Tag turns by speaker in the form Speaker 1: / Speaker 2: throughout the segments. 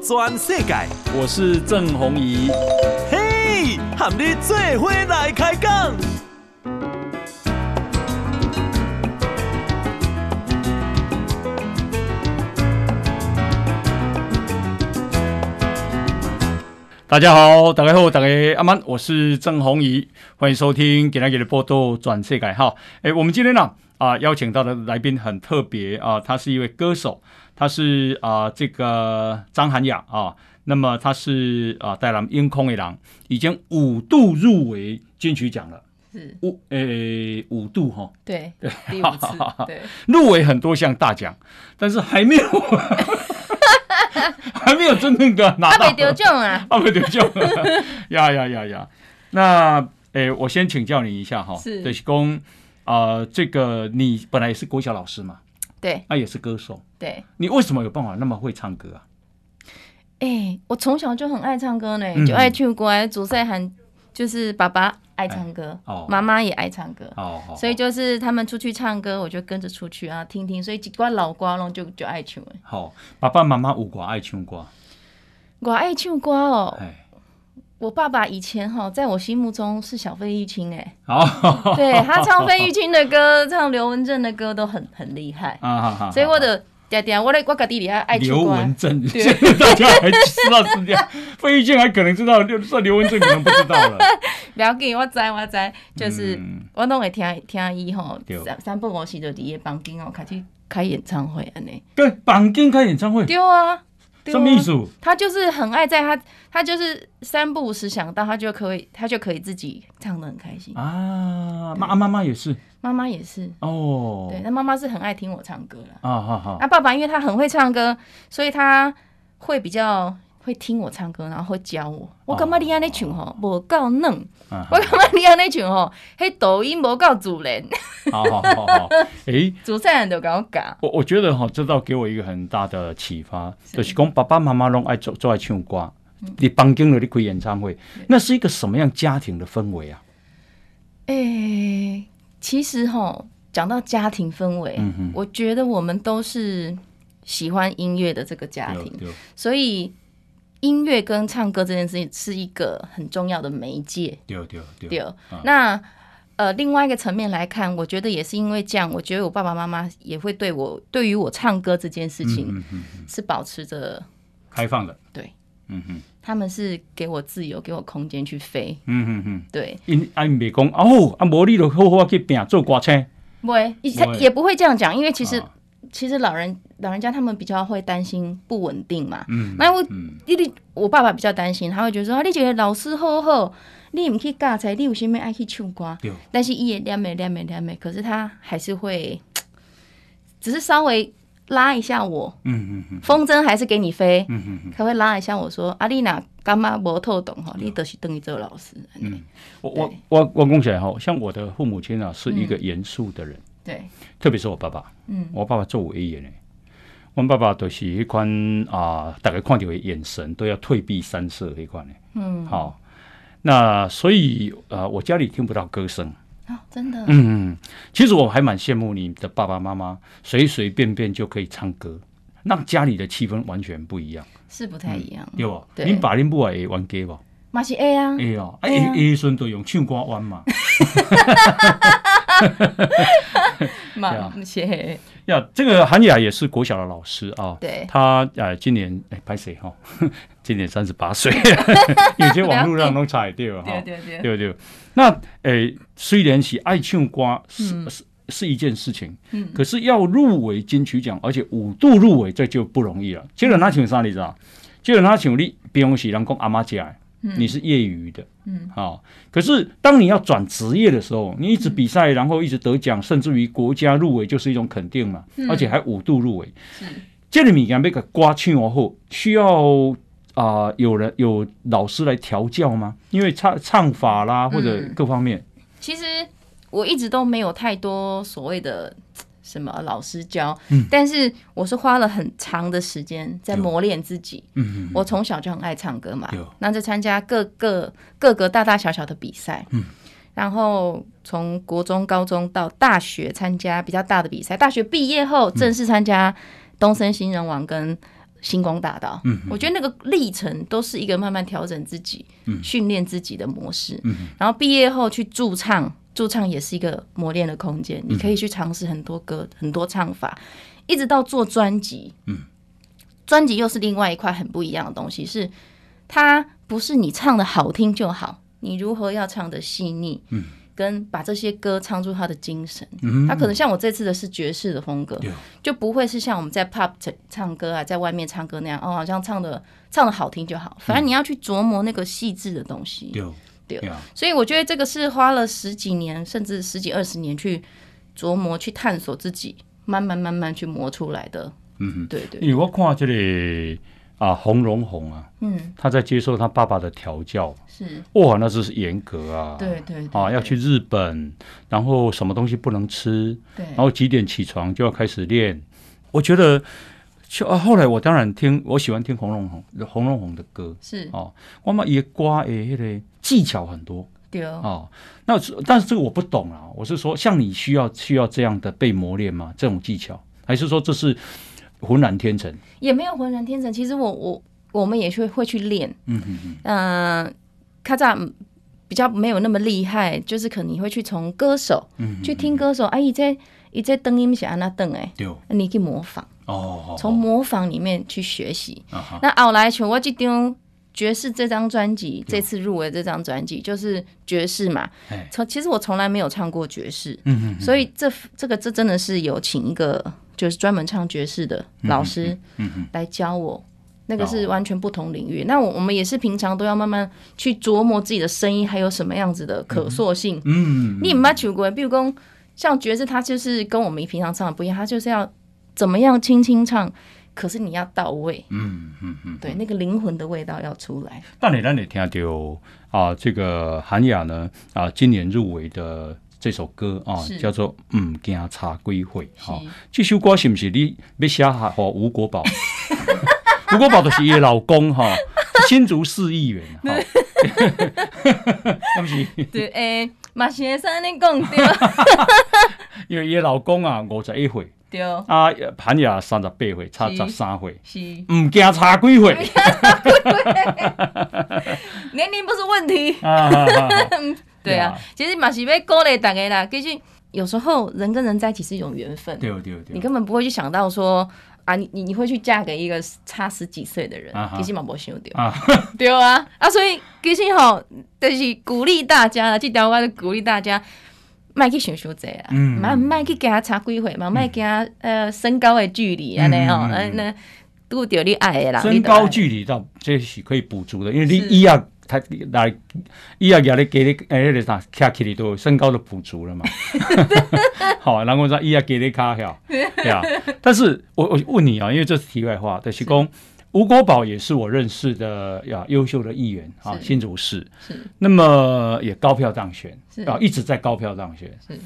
Speaker 1: 转世界，
Speaker 2: 我是郑宏仪。
Speaker 1: 嘿，和你做伙来开讲。
Speaker 2: 大家好，大家好，大家阿曼，我是郑宏仪，欢迎收听《给大家的波多转世改》哈。诶，我们今天呢啊、邀请到的来宾很特别啊、他是一位歌手，他是啊、这个张涵雅啊、那么他是啊带来音空一郎，已经五度入围金曲奖了，
Speaker 3: 是
Speaker 2: 五诶五度哈、
Speaker 3: 对，第五次，对，
Speaker 2: 入围很多项大奖，但是还没有 还没有真正的拿
Speaker 3: 他
Speaker 2: 到
Speaker 3: 没。丢中 啊，
Speaker 2: 啊，不对，就呀呀呀呀。那诶、我先请教你一下哈，
Speaker 3: 是
Speaker 2: 就是公啊、呃这个你本来也是国小老师嘛，
Speaker 3: 对
Speaker 2: 那、也是歌手，
Speaker 3: 对，
Speaker 2: 你为什么有办法那么会唱歌啊？
Speaker 3: 哎，我从小就很爱唱歌
Speaker 2: 嗯
Speaker 3: 呢，就爱唱歌，主赛喊就是爸爸爱唱歌
Speaker 2: 哎哦，
Speaker 3: 妈妈也爱唱歌，
Speaker 2: 哦，好
Speaker 3: 所以就是他们出去唱歌，我就跟着出去啊，听听，所以一挂老歌拢就就爱唱的。
Speaker 2: 好，爸爸妈妈有歌爱唱歌，
Speaker 3: 我爱唱歌哦，
Speaker 2: 哎，
Speaker 3: 我爸爸以前哈，在我心目中是小费玉清 哎，
Speaker 2: 好，啊
Speaker 3: 对他唱费玉清的歌，唱刘文正的歌都很很厉害，
Speaker 2: 哈哈，
Speaker 3: 所以我的嗲嗲，我的我家弟弟
Speaker 2: 啊
Speaker 3: 爱唱
Speaker 2: 刘
Speaker 3: 歌。啊
Speaker 2: 文正，现在大家还知道是这样，费玉清还可能知道，就算刘文正可能不知道 了，
Speaker 3: 不要紧，我知我知，就是、
Speaker 2: 嗯
Speaker 3: 我拢会听听伊吼
Speaker 2: 对，
Speaker 3: 三三不五时就伫伊房间哦，开始开演唱会安尼。
Speaker 2: 跟绑定开演唱会，
Speaker 3: 对啊，对
Speaker 2: 什么意
Speaker 3: 啊，
Speaker 2: 思？
Speaker 3: 他就是很爱在他他就是三不五时想到他就可以他就可以自己唱的很开心。
Speaker 2: 啊，妈妈妈也是
Speaker 3: 妈妈也是，
Speaker 2: 哦，
Speaker 3: 对，那妈妈是很爱听我唱歌啦。
Speaker 2: 啊，好好
Speaker 3: 那、，爸爸因为他很会唱歌，所以他会比较。会听我唱歌，然后会教
Speaker 2: 哦
Speaker 3: 我。我感觉你安尼唱吼，无够嫩。
Speaker 2: 啊
Speaker 3: 我感觉你安尼唱吼，迄抖音无够自然。
Speaker 2: 好好好 好，诶，
Speaker 3: 主持人都甲我教。
Speaker 2: 我我觉得哈，这倒给我一个很大的启发，
Speaker 3: 是嗯
Speaker 2: 就是讲爸爸妈妈拢爱做做爱唱歌，你帮经了你开演唱会，那是一个什么样家庭的氛围啊？
Speaker 3: 诶、其实哈，讲到家庭氛围，
Speaker 2: 嗯哼
Speaker 3: 我觉得我们都是喜欢音乐的这个家庭，
Speaker 2: 对
Speaker 3: 所以音乐跟唱歌这件事情是一个很重要的媒介。
Speaker 2: 对对对
Speaker 3: 对，那呃，另外一个层面来看，我觉得也是因为这样，我觉得我爸爸妈妈也会对我对于我唱歌这件事情
Speaker 2: 嗯嗯嗯，
Speaker 3: 是保持着、
Speaker 2: 开放的，
Speaker 3: 对，
Speaker 2: 嗯哼，
Speaker 3: 他们是给我自由，给我空间去飞。
Speaker 2: 嗯哼哼，
Speaker 3: 对，
Speaker 2: 因啊因袂讲哦，啊无你就好好去拼做歌星，
Speaker 3: 不会，他
Speaker 2: 不会
Speaker 3: 也不会这样讲，因为其实
Speaker 2: 啊
Speaker 3: 其实老人老人家他们比较会担心不稳定嘛。
Speaker 2: 嗯
Speaker 3: 那我
Speaker 2: 嗯，
Speaker 3: 弟弟我爸爸比较担心，他会觉得说啊，你这个老师好好，你唔去教才，你有什么爱去唱歌
Speaker 2: 对？
Speaker 3: 但是伊也念美念美念美，可是他还是会，只是稍微拉一下我，
Speaker 2: 嗯嗯嗯
Speaker 3: 风筝还是给你飞，
Speaker 2: 嗯嗯。
Speaker 3: 他会拉一下我说，啊，你若干嘛无透懂吼，你都是等于做老师。嗯，
Speaker 2: 我我我我讲起来哈，像我的父母亲啊，是一
Speaker 3: 嗯
Speaker 2: 个严肃的人，
Speaker 3: 对，
Speaker 2: 特别是我爸爸，
Speaker 3: 嗯，
Speaker 2: 我爸爸做委员呢，我爸爸就是迄款啊，大家看到的眼神都要退避三舍迄款的，
Speaker 3: 嗯，
Speaker 2: 好、那所以呃，我家里听不到歌声，
Speaker 3: 啊，真的，
Speaker 2: 嗯，嗯其实我还蛮羡慕你的爸爸妈妈，随随便便就可以唱歌，让家里的气氛完全不一样，
Speaker 3: 是不太一样，
Speaker 2: 对不？
Speaker 3: 对
Speaker 2: 恁爸恁母啊也会玩家不？
Speaker 3: 嘛是 A 啊，
Speaker 2: 会哦，啊，
Speaker 3: 对
Speaker 2: 下
Speaker 3: 啊
Speaker 2: 下孙都用唱歌玩嘛。对啊
Speaker 3: 嘛是 A，
Speaker 2: 呀，这个韩雅也是国小的老师啊。
Speaker 3: 对，
Speaker 2: 她呃，今年哎，拍谁哈？ 今年三十八 岁，有些网络上都踩掉哦哈
Speaker 3: 对。对对。
Speaker 2: 对不对？那诶、虽然是爱唱歌是、是是一件事情，
Speaker 3: 嗯
Speaker 2: 可是要入围金曲奖，而且五度入围，这就不容易了。基本上像啥你知道？基本上像你比方是人讲阿妈家，你是业余的，
Speaker 3: 嗯，
Speaker 2: 好、可是当你要转职业的时候，你一直比赛，然后一直得奖，甚至于国家入围，就是一种肯定嘛，而且还五度入围。这里面要被个刮去完后，需要啊、有人有老师来调教吗？因为唱唱法啦，或者
Speaker 3: 嗯
Speaker 2: 各方面，
Speaker 3: 其实我一直都没有太多所谓的什么老师教，但是我是花了很长的时间在磨练自己。
Speaker 2: 嗯，
Speaker 3: 我从小就很爱唱歌嘛
Speaker 2: 有，
Speaker 3: 那就参加各个各个大大小小的比赛，嗯，然后从国中、高中到大学参加比较大的比赛，大学毕业后正式参加东森新人王跟。星光大道。嗯，我觉得那个历程都是一个慢慢调整自己、训练自己的模式。嗯，然后毕业后去驻唱，驻唱也是一个磨练的空间，你可以去尝试很多歌、很多唱法，一直到做专辑。嗯，专辑又是另外一块很不一样的东西，是它不是你唱的好听就好，你如何要唱的细腻。嗯。跟把这些歌唱出它的精神，它可能像我这次的是爵士的风格，就不会是像我们在 pub 唱唱歌啊，在外面唱歌那样哦，好像唱的唱的好听就好。反正你要去琢磨那个细致的东西，
Speaker 2: 对
Speaker 3: 对
Speaker 2: 对啊，
Speaker 3: 所以我觉得这个是花了十几年，甚至十几二十年去琢磨、去探索自己，慢慢慢慢去磨出来的。嗯，对对，
Speaker 2: 因为我看这里、啊，洪荣宏啊，
Speaker 3: 嗯，
Speaker 2: 他在接受他爸爸的调教，
Speaker 3: 是，
Speaker 2: 哇，那真是严格啊，
Speaker 3: 对对对
Speaker 2: 啊，要去日本，然后什么东西不能吃，
Speaker 3: 对
Speaker 2: 然后几点起床就要开始练。我觉得，就啊，后来我当然听，我喜欢听洪荣宏、洪荣宏的歌
Speaker 3: 是
Speaker 2: 哦，我嘛也刮诶，那个技巧很多
Speaker 3: 对哦，
Speaker 2: 哦。那是但是这个我不懂啊，我是说，像你需要需要这样的被磨练吗？这种技巧，还是说这是浑然天成？
Speaker 3: 也没有浑然天成。其实我我我们也去会去练，嗯嗯嗯，呃，卡扎比较没有那么厉害，就是可能你会去从歌手，去听歌手，哎、啊，伊在伊在登音是安那登哎，
Speaker 2: 对
Speaker 3: 你去模仿，
Speaker 2: 哦，
Speaker 3: 从模仿里面去学习。
Speaker 2: 啊哈
Speaker 3: 那后来像我这张爵士这张专辑，这次入围这张专辑就是爵士嘛
Speaker 2: 哎。
Speaker 3: 从其实我从来没有唱过爵士，嗯所以这这个这真的是有请一个就是专门唱爵士的老师来教我。那个是完全不同领域。那我我们也是平常都要慢慢去琢磨自己的声音还有什么样子的可塑性。
Speaker 2: 嗯，
Speaker 3: 你唔捌唱过，比如讲像爵士，它就是跟我们平常唱的不一样，它就是要怎么样轻轻唱，可是你要到位，嗯嗯嗯，对，那个灵魂的味道要出来，
Speaker 2: 那你让你听到啊，这个韩雅呢啊，今年入围的这首歌啊
Speaker 3: 是，
Speaker 2: 叫做《唔惊茶归会》哈
Speaker 3: 是。
Speaker 2: 啊这首歌是不是你要写下给吴国宝？ 吴国宝就是伊老公哈，是新竹市议 员哈。对不起，
Speaker 3: 对，诶、马先生你讲 对
Speaker 2: 因为伊老公啊五十一岁，
Speaker 3: 对，
Speaker 2: 啊韩雅三十八岁，差
Speaker 3: 是
Speaker 2: 十三岁，
Speaker 3: 是，
Speaker 2: 唔惊茶归 会
Speaker 3: 年龄不是问题，
Speaker 2: 啊哈哈哈
Speaker 3: 对啊
Speaker 2: 对啊，
Speaker 3: 其实马是被鼓励大家啦，其实有时候人跟人在一起是一种缘分，
Speaker 2: 对对对
Speaker 3: 你，根本不会去想到说。啊，你你你会去嫁给一个差十几岁的人
Speaker 2: 啊，哈
Speaker 3: 其实嘛无想到。
Speaker 2: 啊，
Speaker 3: 对啊，啊，所以其实吼，就是鼓励大家啦，这条我就鼓励大家，莫去想伤济啦，
Speaker 2: 嗯
Speaker 3: 嘛莫去跟他差几岁嘛，莫跟他呃身高的距离安尼哦，
Speaker 2: 嗯嗯
Speaker 3: 安那拄着你爱的人，
Speaker 2: 身
Speaker 3: 你就
Speaker 2: 高
Speaker 3: 爱
Speaker 2: 距离到这是可以补足的，因为你
Speaker 3: 是
Speaker 2: 一啊，他来一啊，压力给你哎，那个啥，卡起你都有身高都补足了嘛。好，然后说一啊，给你卡掉，对啊。但是我我问你啊，因为这是题外话，但是公吴国宝也是我认识的呀优秀的议员啊，
Speaker 3: 是
Speaker 2: 新竹市，
Speaker 3: 是
Speaker 2: 那么也高票当选
Speaker 3: 是
Speaker 2: 啊，一直在高票当选
Speaker 3: 是，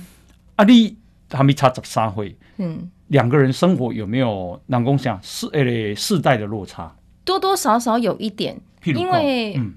Speaker 2: 啊，你还没差十三回。
Speaker 3: 嗯，
Speaker 2: 两个人生活有没有南宫想世诶世代的落差？
Speaker 3: 多多少少有一点，
Speaker 2: 譬如
Speaker 3: 因
Speaker 2: 说
Speaker 3: 为
Speaker 2: 嗯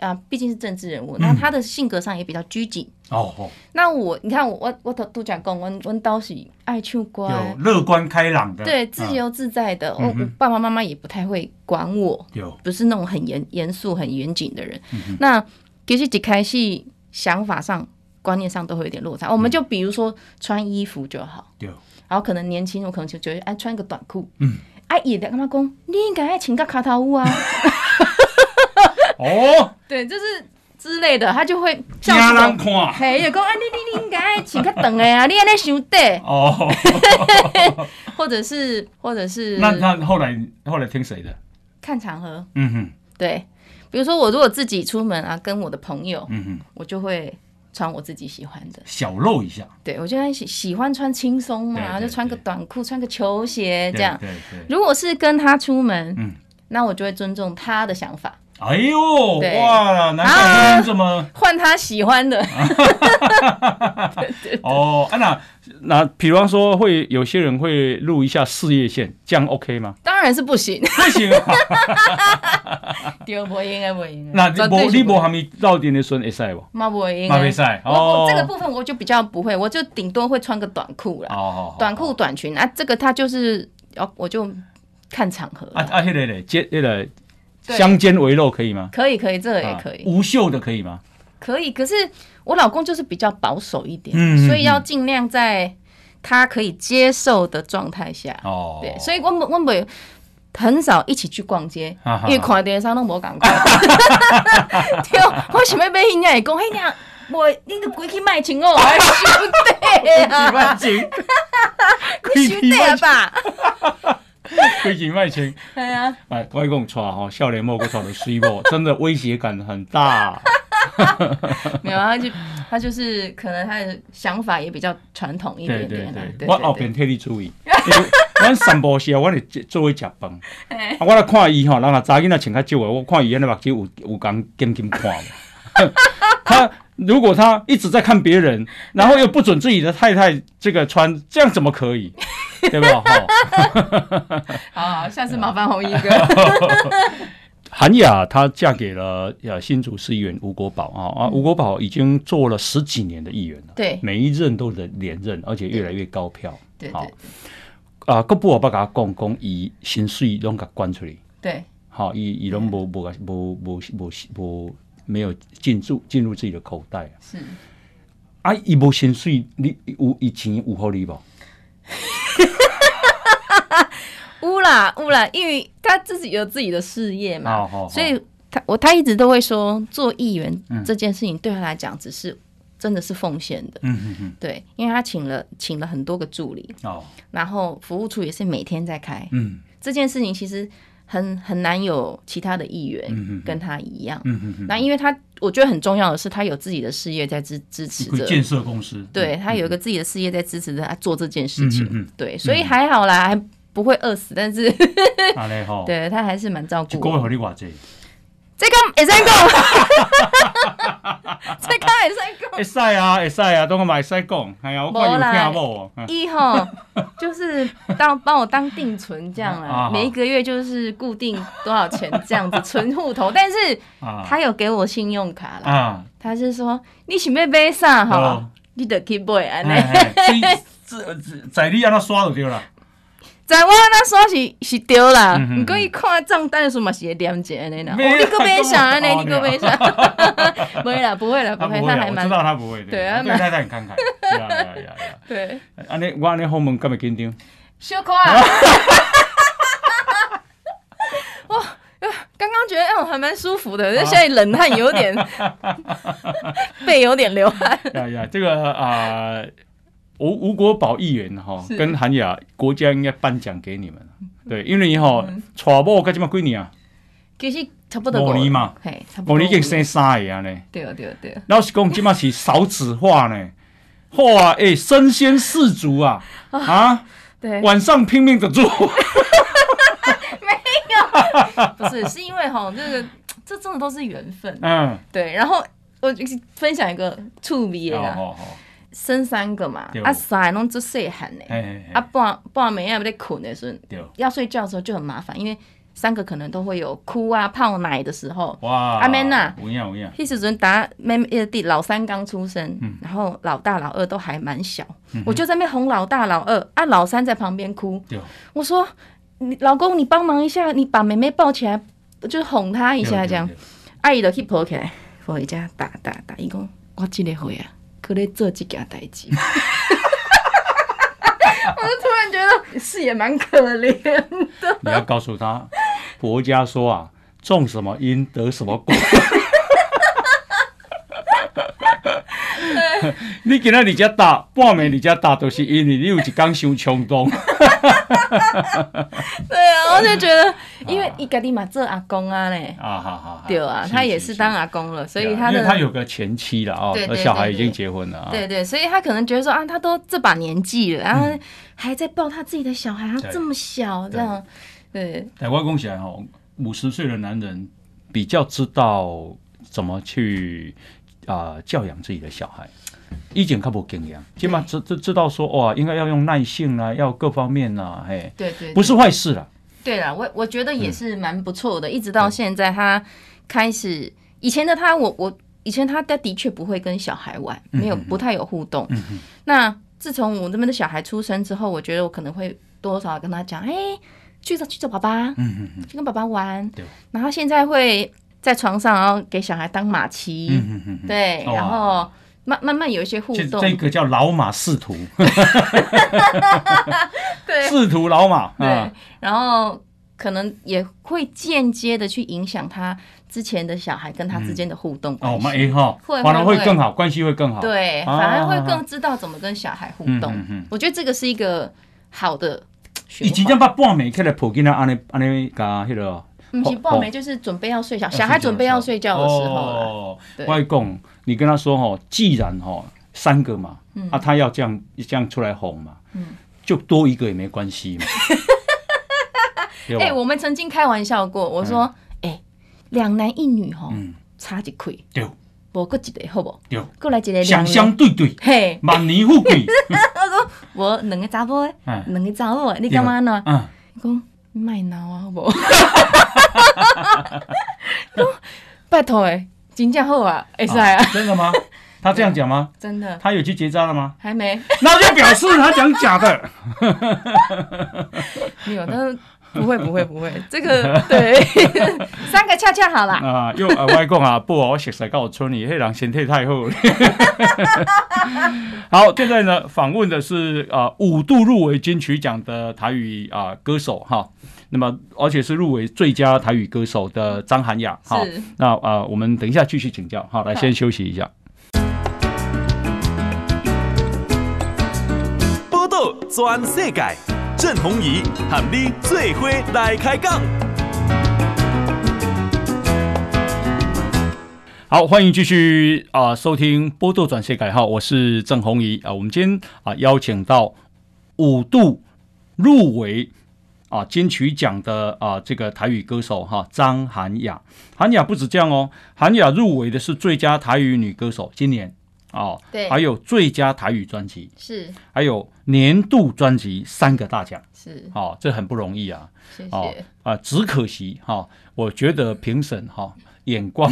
Speaker 3: 啊，毕竟是政治人物，那他的性格上也比较拘谨。
Speaker 2: 哦，哦
Speaker 3: 那我你看我我我都都讲讲，我我倒是爱唱歌的，
Speaker 2: 有乐观开朗的，
Speaker 3: 对，自
Speaker 2: 啊
Speaker 3: 由自在的。我
Speaker 2: 嗯哼
Speaker 3: 我爸爸妈妈也不太会管我，
Speaker 2: 嗯有
Speaker 3: 不是那种很严严肃、很严谨的人。
Speaker 2: 嗯
Speaker 3: 那其实一开始想法上、观念上都会有点落差。我
Speaker 2: 嗯
Speaker 3: 们就比如说穿衣服就好，
Speaker 2: 有
Speaker 3: 然后可能年轻，我可能就觉得哎穿个短裤，嗯，哎也的干嘛讲，你应该爱请个卡塔乌啊，
Speaker 2: 哦，
Speaker 3: 对，就是之类的，他就会
Speaker 2: 惊啊
Speaker 3: 像这
Speaker 2: 人
Speaker 3: 种。
Speaker 2: 看
Speaker 3: 嘿，就讲啊，你你你应该爱穿较长 的啊，你安尼想短，
Speaker 2: 哦。
Speaker 3: 或者是或者 是
Speaker 2: 那那后来后来听谁的？
Speaker 3: 看场合，
Speaker 2: 嗯哼，
Speaker 3: 对，比如说我如果自己出门啊，跟我的朋友，
Speaker 2: 嗯哼，
Speaker 3: 我就会穿我自己喜欢的。
Speaker 2: 小露一下，
Speaker 3: 对我就喜喜欢穿轻松嘛，
Speaker 2: 对对
Speaker 3: 就穿个短裤，穿个球鞋这样。
Speaker 2: 对对对。
Speaker 3: 如果是跟他出门，
Speaker 2: 嗯
Speaker 3: 那我就会尊重他的想法，
Speaker 2: 哎呦
Speaker 3: 对
Speaker 2: 哇，难怪
Speaker 3: 啊
Speaker 2: 你这么
Speaker 3: 换他喜欢的。
Speaker 2: 啊哦。啊那那，比方说会有些人会录一下事业线，这样 OK 吗？
Speaker 3: 当然是不 行，
Speaker 2: 不行啊，
Speaker 3: 对，不应该，不应
Speaker 2: 那
Speaker 3: 该，
Speaker 2: 你
Speaker 3: 绝
Speaker 2: 无
Speaker 3: 对
Speaker 2: 你
Speaker 3: 是不
Speaker 2: 无
Speaker 3: 应
Speaker 2: 还没到点的孙会使不？
Speaker 3: 该，嘛不应
Speaker 2: 嘛袂
Speaker 3: 该。
Speaker 2: 使
Speaker 3: 我
Speaker 2: 哦。
Speaker 3: 我这个部分我就比较不会，我就顶多会穿个短裤啦，
Speaker 2: 哦，
Speaker 3: 短裤短裙啊，这个他就是，哦，我就看场合
Speaker 2: 啊
Speaker 3: 啦。
Speaker 2: 啊，迄个嘞，接那个
Speaker 3: 对
Speaker 2: 相间围肉可以吗？
Speaker 3: 可以可以，这个也
Speaker 2: 啊
Speaker 3: 可以，
Speaker 2: 无袖的可以吗？
Speaker 3: 可以。可是我老公就是比较保守一点，
Speaker 2: 嗯嗯
Speaker 3: 所以要尽量在他可以接受的状态下。
Speaker 2: 哦，
Speaker 3: 对，所以我们我们很少一起去逛街
Speaker 2: 哈哈，哈
Speaker 3: 因为看电商都无 赶快。对，我想要买人家会讲，嘿娘，我你都规去卖穿哦，我收对
Speaker 2: 几
Speaker 3: 啊，
Speaker 2: 万斤，
Speaker 3: 你收对了吧？
Speaker 2: 亏几万斤。
Speaker 3: 哎呀，
Speaker 2: 哎，我跟你讲，穿吼笑脸莫跟穿的水某， 真的威胁感很大。
Speaker 3: 没有，啊他就他就是可能他的想法也比较传统一
Speaker 2: 对
Speaker 3: 点
Speaker 2: 对
Speaker 3: 点啊，
Speaker 2: 对，我后边替你注意。 因为咱散步时啊，我咧做伙食饭， 啊，我来看伊吼，人若查囡仔穿较少的，我看伊安尼目睭有有共金金看 无。他如果他一直在看别人，然后又不准自己的太太这个穿，这样怎么可以？对不对？哈
Speaker 3: 好好，下次麻烦红衣哥。
Speaker 2: 韩雅她嫁给了呃新竹市议员吴国宝啊啊，吴国宝已经做了十几年的议员了，
Speaker 3: 嗯对
Speaker 2: 每一任都连连任，而且越来越高票。
Speaker 3: 对
Speaker 2: 好
Speaker 3: 对
Speaker 2: 啊，国部我捌甲我讲讲，伊薪水拢甲捐出去，
Speaker 3: 对
Speaker 2: 吼，伊伊拢无无甲无无无无没有进入进入自己的口袋啊。
Speaker 3: 是，
Speaker 2: 啊，伊无薪水，你有伊钱有互你无？
Speaker 3: 乌啦乌啦，因为他自己有自己的事业嘛，
Speaker 2: 哦好好
Speaker 3: 所以他我他一直都会说，做议员这件事情对他来讲只是真的是奉献的，
Speaker 2: 嗯嗯嗯，
Speaker 3: 对，因为他请了请了很多个助理，
Speaker 2: 哦，
Speaker 3: 然后服务处也是每天在开，
Speaker 2: 嗯
Speaker 3: 这件事情其实很很难有其他的议
Speaker 2: 嗯嗯
Speaker 3: 员跟他一样。
Speaker 2: 嗯嗯嗯，
Speaker 3: 那因为他，我觉得很重要的是，他有自己的事业在支支持着，
Speaker 2: 建设公司，
Speaker 3: 对他有一个自己的事业在支持着他做这件事情，
Speaker 2: 嗯嗯嗯
Speaker 3: 对，所以还好啦，还不会饿死，但是
Speaker 2: 安尼吼，
Speaker 3: 对他还是蛮照
Speaker 2: 一
Speaker 3: 顾
Speaker 2: 个月
Speaker 3: 我。
Speaker 2: 互你偌济？
Speaker 3: 这个也算够， 这个也算够
Speaker 2: 会。使啊，会使啊，当我嘛会使讲，哎呀，我看伊有听无？嗯
Speaker 3: 一吼，就是当帮我当定存这样
Speaker 2: 啊
Speaker 3: 啦
Speaker 2: 好，
Speaker 3: 每一个月就是固定多少钱这样子存户头，但是
Speaker 2: 啊
Speaker 3: 他有给我信用卡啦，
Speaker 2: 啊，
Speaker 3: 他是说你想要买啥
Speaker 2: 哦
Speaker 3: 哈，你得去买安尼。
Speaker 2: 哎哎所以这这在你安怎刷就对啦。
Speaker 3: 在我那说是是对啦，
Speaker 2: 嗯嗯嗯
Speaker 3: 毋过伊看账单的时候嘛是会念一安尼啦。哦，
Speaker 2: 没有
Speaker 3: 你个买啥安尼
Speaker 2: 哦，
Speaker 3: 你个买啥？ 不会啦，不会啦，不
Speaker 2: 他不
Speaker 3: 会，
Speaker 2: 会哦
Speaker 3: 他
Speaker 2: 啊，
Speaker 3: 还
Speaker 2: 我
Speaker 3: 蛮
Speaker 2: 知道他不会的，
Speaker 3: 对啊
Speaker 2: 对他很慷慨。 对啊对啊对啊对啊
Speaker 3: 对。
Speaker 2: 安尼我安尼访问敢会紧张？
Speaker 3: 小可 啊！哇，刚刚觉得哎，我还蛮舒服的，
Speaker 2: 啊
Speaker 3: 但现在冷汗有 点，背有点流汗。
Speaker 2: 呀呀，这个啊，呃吴吴国宝议员哈，
Speaker 3: 是
Speaker 2: 跟韩雅国家应该颁奖给你们了。对，因为吼，娶某个这么几年啊，
Speaker 3: 其实差嗯不多
Speaker 2: 五年嘛，
Speaker 3: 嘿，差不多
Speaker 2: 某年已经生三个啊呢。
Speaker 3: 对哦，对哦，对哦，
Speaker 2: 老实讲，即嘛是少子化呢。哇，哎、身先士卒啊啊！
Speaker 3: 对，
Speaker 2: 晚上拼命 的做，
Speaker 3: 哎不是，是因为哈，这个这真的都是缘分。
Speaker 2: 嗯，
Speaker 3: 对，然后我就分享一个趣味的
Speaker 2: 好
Speaker 3: 啦，
Speaker 2: 好好，
Speaker 3: 生三个嘛
Speaker 2: 哦对，哦
Speaker 3: 啊，三个拢做细汉的，
Speaker 2: 哎哎哎，
Speaker 3: 啊，半半暝啊，要困的时候，
Speaker 2: 对，
Speaker 3: 要睡觉的时候就很麻烦，因为三个可能都会有哭啊、泡奶的时候。
Speaker 2: 哇，
Speaker 3: 阿曼呐
Speaker 2: 有影有影，
Speaker 3: 迄时阵，打妹妹的弟老三刚出生，
Speaker 2: 嗯
Speaker 3: 然后老大老二都还蛮小，我就在那边哄老大老二，啊老三在旁边哭，
Speaker 2: 对，
Speaker 3: 我说你老公你帮忙一下，你把妹妹抱起来，就哄她一下这样
Speaker 2: 对，。对对
Speaker 3: 阿姨就去抱起来，抱伊遮打打打，伊讲我即个岁啊，搁咧做即件代 志。我就突然觉得是也蛮可怜，
Speaker 2: 你要告诉 他，佛家说啊，种什么因得什么果。 你今仔你遮打，半暝你遮打，都是因为你有一天伤冲动。
Speaker 3: 对啊，我就觉 得，因为伊家己嘛做阿公啊嘞，
Speaker 2: 啊，好好，好
Speaker 3: 对啊，他也是当，
Speaker 2: 是
Speaker 3: 阿公了，所
Speaker 2: 是
Speaker 3: 以
Speaker 2: 是
Speaker 3: 啊他
Speaker 2: 啊因为
Speaker 3: 的
Speaker 2: 他有个前妻了啊
Speaker 3: 对，
Speaker 2: 而
Speaker 3: 对
Speaker 2: 小孩已
Speaker 3: 对
Speaker 2: 经
Speaker 3: 对
Speaker 2: 结婚了啊。
Speaker 3: 对对，所以他可能觉得说啊，他都这把年纪了，然后还在抱他自己的小孩，他
Speaker 2: 嗯对
Speaker 3: 这么小这样，对
Speaker 2: 台湾讲起来吼，五十岁的男人比较知道怎么去啊、教养自己的小孩，以前较无经验，起码知知知道说哇，应该要用耐性啦、要各方面啦、嘿，
Speaker 3: 对对，
Speaker 2: 不是坏事啦。
Speaker 3: 对啦，我我觉得
Speaker 2: 嗯
Speaker 3: 也是蛮不错的，一直到现在他开始，以前的他我我以前他他的确不会跟小孩玩，
Speaker 2: 嗯
Speaker 3: 没有不太有互动。那自从我这边的小孩出生之后，我觉得我可能会多少跟他讲，哎、去找去找爸爸，
Speaker 2: 嗯嗯
Speaker 3: 去跟爸爸玩
Speaker 2: 对。
Speaker 3: 然后现在会在床上，然后给小孩当马骑，
Speaker 2: 嗯嗯嗯嗯，
Speaker 3: 对，
Speaker 2: 哇
Speaker 3: 然后慢慢慢有一些互
Speaker 2: 这
Speaker 3: 动，
Speaker 2: 这个叫老马仕途，
Speaker 3: 对
Speaker 2: 仕途老马
Speaker 3: 对
Speaker 2: 啊，，
Speaker 3: 然后可能也会间接的去影响他之前的小孩跟他之间的互动
Speaker 2: 哦，
Speaker 3: 关
Speaker 2: 我们
Speaker 3: 系，
Speaker 2: A 哈，
Speaker 3: 会
Speaker 2: 反而
Speaker 3: 会
Speaker 2: 会
Speaker 3: 会
Speaker 2: 更好，关系会更好，
Speaker 3: 对，
Speaker 2: 啊
Speaker 3: 反而
Speaker 2: 啊
Speaker 3: 会
Speaker 2: 啊
Speaker 3: 更知道怎么跟小孩互
Speaker 2: 嗯，
Speaker 3: 动
Speaker 2: 嗯。嗯。
Speaker 3: 我觉得这个是一个好的
Speaker 2: 伊
Speaker 3: 循
Speaker 2: 真正
Speaker 3: 环。
Speaker 2: 捌半暝起来抱囡仔，安尼安尼甲迄落。
Speaker 3: 不是抱没，就是准备要睡啊觉，小孩准备要睡觉的时候啊了。
Speaker 2: 哦
Speaker 3: 对，
Speaker 2: 外公，你跟他说吼，既然吼三个嘛，
Speaker 3: 嗯
Speaker 2: 啊，他要这样这样出来哄嘛，就多一个也没关系 嘛，对哦
Speaker 3: 哎、
Speaker 2: 吧？
Speaker 3: 我们曾经开玩笑过，我说，哎、两男一女吼，差一块，
Speaker 2: 嗯对
Speaker 3: 无过一个好不好？
Speaker 2: 对，
Speaker 3: 过来一个
Speaker 2: 相
Speaker 3: 两
Speaker 2: 相对
Speaker 3: 个，
Speaker 2: 对，
Speaker 3: 嘿，
Speaker 2: 万年富 贵，
Speaker 3: 我两个查某的，
Speaker 2: 哎，
Speaker 3: 两个查某的，你干嘛呢？
Speaker 2: 嗯，
Speaker 3: 伊讲卖闹啊，好不好？讲拜托诶，真正好啊，会使啊，
Speaker 2: 真的吗？他这样讲 吗？
Speaker 3: 真的
Speaker 2: 他有去结扎了吗？
Speaker 3: 还没
Speaker 2: 那就表示他讲假的。
Speaker 3: 没有，但是不会不会不会，这个对 三个恰恰好啦。
Speaker 2: 啊，又啊，我讲啊，不，我熟悉到村里，迄人身体太好了。 好，现在呢，访问的是啊、五度入围金曲奖的台语啊、歌手哈，那么而且是入围最佳台语歌手的张涵雅哈
Speaker 3: 是。
Speaker 2: 那啊、我们等一下继续请教，好，来
Speaker 3: 好
Speaker 2: 先休息一下。
Speaker 1: 报道全世界，郑鸿仪和你做伙来开讲。
Speaker 2: 好，欢迎继续啊、收听《波多转世改号》，我是郑红怡啊、我们今天啊、邀请到五度入围啊、金曲奖的啊、这个台语歌手哈、张涵雅。涵雅不止这样哦，涵雅入围的是最佳台语女歌手，今年哦，
Speaker 3: 对
Speaker 2: 还有最佳台语专辑，
Speaker 3: 是
Speaker 2: 还有年度专辑三个大奖
Speaker 3: 是，
Speaker 2: 哦，这很不容易啊。
Speaker 3: 谢谢。
Speaker 2: 哦啊、只可惜哈、我觉得评审哈眼光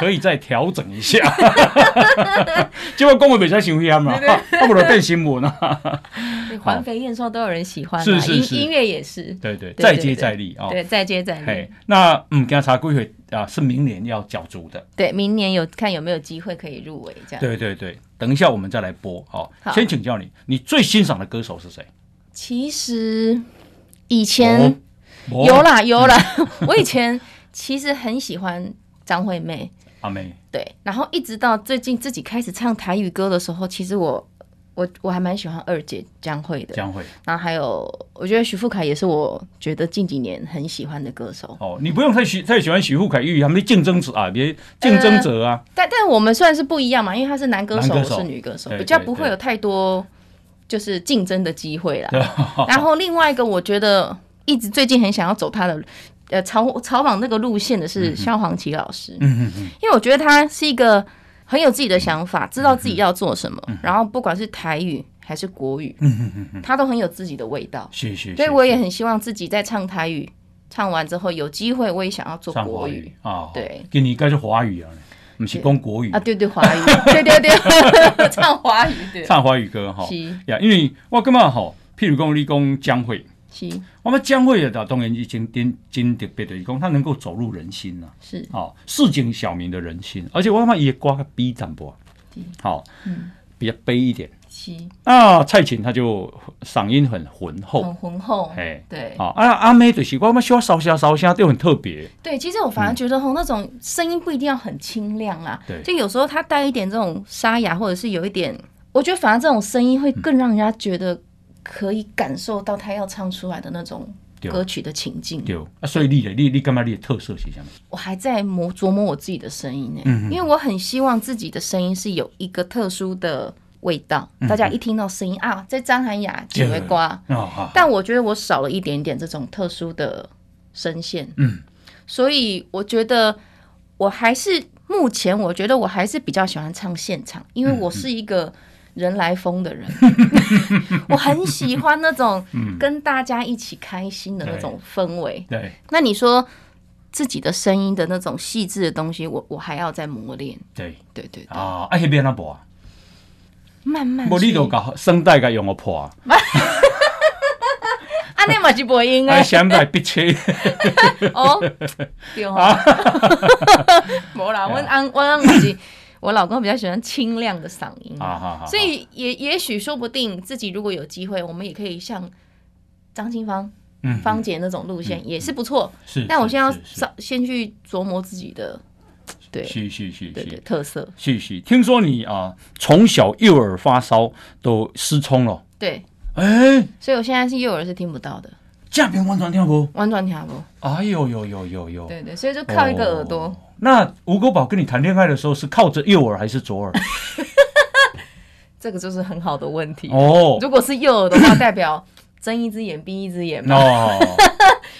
Speaker 2: 可以再调整一下， 结果公文比较喜欢嘛，要不然变新闻啊。
Speaker 3: 对环肥燕瘦都有人喜欢啦，啊
Speaker 2: 是是是
Speaker 3: 音音乐也是，
Speaker 2: 对对，
Speaker 3: 对
Speaker 2: 再接再厉啊。
Speaker 3: 对，再接再厉
Speaker 2: 嘿。，那嗯，给他查规会啊，是明年要角逐的。
Speaker 3: 对，明年有看有没有机会可以入围这样。
Speaker 2: 对对对，等一下我们再来播哦。
Speaker 3: 好
Speaker 2: 先请教你，你最欣赏的歌手是谁？
Speaker 3: 其实以前、
Speaker 2: 哦
Speaker 3: 有啦有啦， 我以前其实很喜欢张惠妹，
Speaker 2: 阿妹，
Speaker 3: 对，然后一直到最近自己开始唱台语歌的时候，其实我我我还蛮喜欢二姐江蕙的，
Speaker 2: 江蕙
Speaker 3: 然后还有我觉得徐富凯也是我觉得近几年很喜欢的歌手，
Speaker 2: 哦，你不用太喜太喜欢许富凯，因为他们的竞争者啊，别竞争者啊，
Speaker 3: 但但我们虽然是不一样嘛，因为他是男歌手，
Speaker 2: 男歌手
Speaker 3: 我是女歌手，
Speaker 2: 对
Speaker 3: 比较
Speaker 2: 对
Speaker 3: 不会
Speaker 2: 对
Speaker 3: 有太多就是竞争的机会 啦。
Speaker 2: 对，
Speaker 3: 然后另外一个，我觉得一直最近很想要走他的呃朝朝往那个路线的是萧煌奇老师，
Speaker 2: 嗯嗯嗯，
Speaker 3: 因为我觉得他是一个很有自己的想法，知道自己要做什么，
Speaker 2: 嗯
Speaker 3: 然后不管是台语还是国语，他都很有自己的味道，
Speaker 2: 谢谢。
Speaker 3: 所
Speaker 2: 嗯
Speaker 3: 以
Speaker 2: 是
Speaker 3: 我
Speaker 2: 是
Speaker 3: 也很希望自己在唱台语唱完之后，有机会我也想要做
Speaker 2: 上
Speaker 3: 国
Speaker 2: 华
Speaker 3: 语
Speaker 2: 语。啊，
Speaker 3: 对，
Speaker 2: 给你应该是华语啊，不是讲国语
Speaker 3: 啊，，对对，华语， 对对对， 唱华语，对，
Speaker 2: 唱华语歌哈。
Speaker 3: 是
Speaker 2: 呀，因为我感觉吼，譬如讲你讲江蕙，
Speaker 3: 是
Speaker 2: 我们江蕙的当然已经真真特别的，就是讲他能够走入人心呐，
Speaker 3: 是，
Speaker 2: 哦，市井小民的人心，而且我他妈也刮个逼淡薄
Speaker 3: 对，
Speaker 2: 好
Speaker 3: 嗯，
Speaker 2: 比较悲一点。
Speaker 3: 是
Speaker 2: 啊，蔡琴她就嗓音很浑
Speaker 3: 很
Speaker 2: 厚，
Speaker 3: 浑厚，
Speaker 2: 哎，
Speaker 3: 哦对，
Speaker 2: 啊，啊阿妹就是我们小烧虾烧虾就很特别，
Speaker 3: 对，其实我反而觉得吼，那种声音不一定要很清亮啦，
Speaker 2: 嗯对
Speaker 3: 就有时候它带一点这种沙哑，或者是有一点，我觉得反而这种声音会更让人家觉得可以感受到他要唱出来的那种
Speaker 2: 对
Speaker 3: 歌曲的情境。
Speaker 2: 对，啊，所以你的你你感觉你的特色是什么？
Speaker 3: 我还在磨琢磨我自己的声音呢、
Speaker 2: 嗯嗯
Speaker 3: 因为我很希望自己的声音是有一个特殊的味道，
Speaker 2: 嗯
Speaker 3: 大家一听到声音啊，这张涵雅几位瓜，
Speaker 2: 啊啊，
Speaker 3: 但我觉得我少了一点点这种特殊的声线，
Speaker 2: 嗯，
Speaker 3: 所以我觉得我还是目前我觉得我还是比较喜欢唱现场，因为我
Speaker 2: 嗯
Speaker 3: 是一个人来疯的 人，我很喜欢那种跟大家一起开心的那种氛围。
Speaker 2: 对，
Speaker 3: 那你说自己的声音的那种细致的东西，我我还要再磨练，
Speaker 2: 对
Speaker 3: 对对对，
Speaker 2: 啊，啊迄边啊无啊。
Speaker 3: 慢慢
Speaker 2: 啊
Speaker 3: 去。
Speaker 2: 无你就甲声带甲用个破，
Speaker 3: 安啊尼嘛是袂用
Speaker 2: 哎，
Speaker 3: 诶。
Speaker 2: 想来逼切，
Speaker 3: 哦，对哦，
Speaker 2: 啊
Speaker 3: 无啦，
Speaker 2: 哎
Speaker 3: 阮翁阮翁嘛是，我老公比较喜欢清亮的嗓音，
Speaker 2: 好好好，
Speaker 3: 所以也也许说不定自己如果有机会，我们也可以像张清芳、
Speaker 2: 嗯
Speaker 3: 芳姐那种路线也是不错。
Speaker 2: 是，
Speaker 3: 但我现在要
Speaker 2: 是是
Speaker 3: 稍先去琢磨自己的，对
Speaker 2: 是是是
Speaker 3: 对对
Speaker 2: 是
Speaker 3: 特色，
Speaker 2: 是是，听说你啊从小右耳发烧都失聪了，
Speaker 3: 对，
Speaker 2: 哎，
Speaker 3: 所以我现在是右耳是听不到的，
Speaker 2: 这边完全听不，
Speaker 3: 完全听不。
Speaker 2: 哎呦呦呦呦呦，
Speaker 3: 对对，所以就靠一个耳朵。
Speaker 2: 哦那吴国宝跟你谈恋爱的时候是靠着右耳还是 左耳？
Speaker 3: 这个就是很好的问题。
Speaker 2: 哦，
Speaker 3: 如果是右耳的话，代表睁一只眼闭一只眼嘛？
Speaker 2: 哦，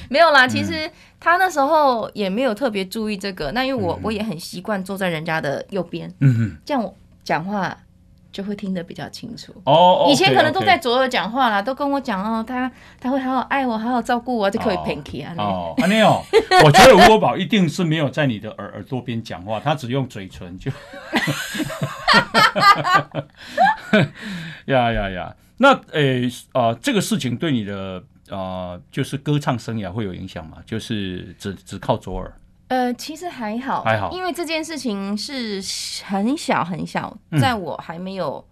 Speaker 3: 没有啦，
Speaker 2: 嗯
Speaker 3: 其实他那时候也没有特别注意这个。那因为我、我也很习惯坐在人家的右边，
Speaker 2: 嗯，
Speaker 3: 这样我讲话就会听得比较清楚。
Speaker 2: 哦，
Speaker 3: 以前可能都
Speaker 2: OK，OK
Speaker 3: 在左耳讲话啦，都跟我讲哦，他他会好好爱我，好好照顾我，就可以 panky 啊。
Speaker 2: 哦，安尼 哦，我觉得吴国宝一定是没有在你的耳耳朵边讲话，他只用嘴唇就。 呀呀呀！那诶啊、呃这个事情对你的啊、呃就是歌唱生涯会有影响吗？就是只只靠左耳
Speaker 3: 呃，其实还好，
Speaker 2: 还好
Speaker 3: 因为这件事情是很小很小，
Speaker 2: 嗯
Speaker 3: 在我还没有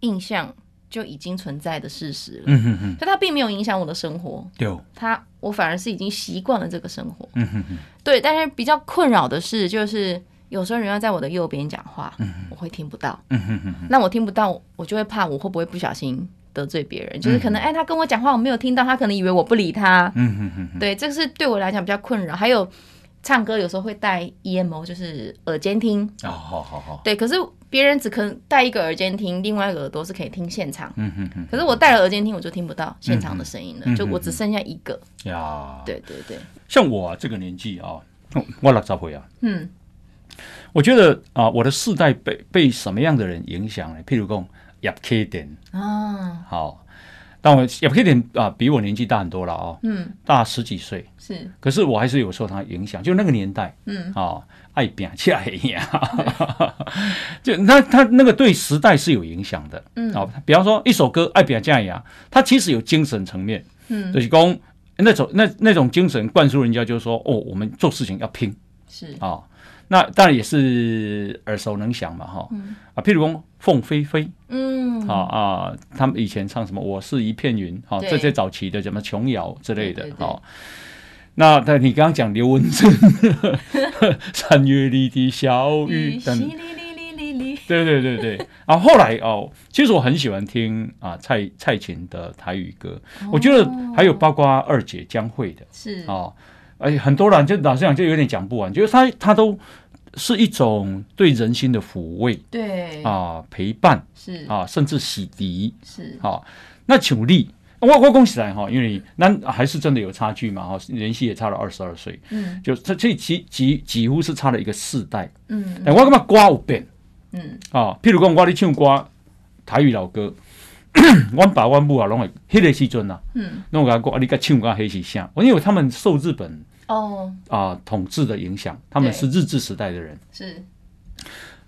Speaker 3: 印象就已经存在的事实了，
Speaker 2: 嗯哼哼，
Speaker 3: 所以它并没有影响我的生活。
Speaker 2: 对哦，
Speaker 3: 它我反而是已经习惯了这个生活，
Speaker 2: 嗯哼哼，
Speaker 3: 对。但是比较困扰的是，就是有时候人家在我的右边讲话，我会听不到，
Speaker 2: 嗯哼哼，
Speaker 3: 那我听不到，我就会怕我会不会不小心得罪别人，就是可能哎，他跟我讲话我没有听到，他可能以为我不理他，
Speaker 2: 嗯哼哼，
Speaker 3: 对，这是对我来讲比较困扰。还有唱歌有时候会戴 EMO，就是耳监听，
Speaker 2: 啊、好好好，
Speaker 3: 对，可是别人只可能戴一个耳监听，另外一个耳朵是可以听现场。
Speaker 2: 嗯哼嗯哼，
Speaker 3: 可是我戴了耳监听，我就听不到现场的声音了，就我只剩下一个。
Speaker 2: 呀，
Speaker 3: 对对对，
Speaker 2: 像我、啊、这个年纪啊，我六十岁啊，
Speaker 3: 嗯，
Speaker 2: 我觉得啊、我的世代被被什么样的人影响呢？譬如讲叶启田，
Speaker 3: 啊，
Speaker 2: 好，但我叶启田啊比我年纪大很多了哦，
Speaker 3: 嗯，
Speaker 2: 大十几岁，
Speaker 3: 是，
Speaker 2: 可是我还是有受他影响，就那个年代，
Speaker 3: 嗯，
Speaker 2: 啊、爱拼起来呀， 就他他那个对时代是有影响的，
Speaker 3: 嗯
Speaker 2: 啊、比方说一首歌《爱拼才呀》，它其实有精神层面，
Speaker 3: 嗯
Speaker 2: 就是讲那种那那种精神灌输人家，就是说哦，我们做事情要拼。
Speaker 3: 是，
Speaker 2: 啊、那当然也是耳熟能详嘛，哈、啊，譬如说凤飞飞
Speaker 3: 嗯
Speaker 2: 啊，啊，他们以前唱什么“我是一片云”啊，
Speaker 3: 对
Speaker 2: 这些早期的什么琼瑶之类的
Speaker 3: 对对对
Speaker 2: 啊。那那你刚刚讲刘文正，三月里的小雨
Speaker 3: 雨嗯淅
Speaker 2: 等，
Speaker 3: 沥沥沥沥沥，
Speaker 2: 对对对 对。啊，后来哦，其实我很喜欢听啊蔡蔡琴的台语歌，我觉得还有包括二姐江蕙的。
Speaker 3: 哦是，
Speaker 2: 哦，哎，很多人就老实讲就有点讲不完，就是他他都是一种对人心的抚慰
Speaker 3: 对，
Speaker 2: 啊、陪伴
Speaker 3: 是
Speaker 2: 啊，甚至洗涤
Speaker 3: 是，
Speaker 2: 啊。那请力，我我恭喜来哈，因为咱还是真的有差距嘛哈，年纪也差了二十二岁，
Speaker 3: 嗯
Speaker 2: 就这这几几几乎是差了一个世代。
Speaker 3: 嗯
Speaker 2: 但我感觉歌有变
Speaker 3: 嗯，
Speaker 2: 啊，譬如讲我咧唱歌台语老歌。 阮爸阮母啊，拢会迄个时阵啊，
Speaker 3: 嗯，
Speaker 2: 拢有甲我讲，啊，你甲唱歌迄是啥？因为他们受日本
Speaker 3: 哦，
Speaker 2: 啊、统治的影响，他们
Speaker 3: 对
Speaker 2: 是日治时代的人，
Speaker 3: 是，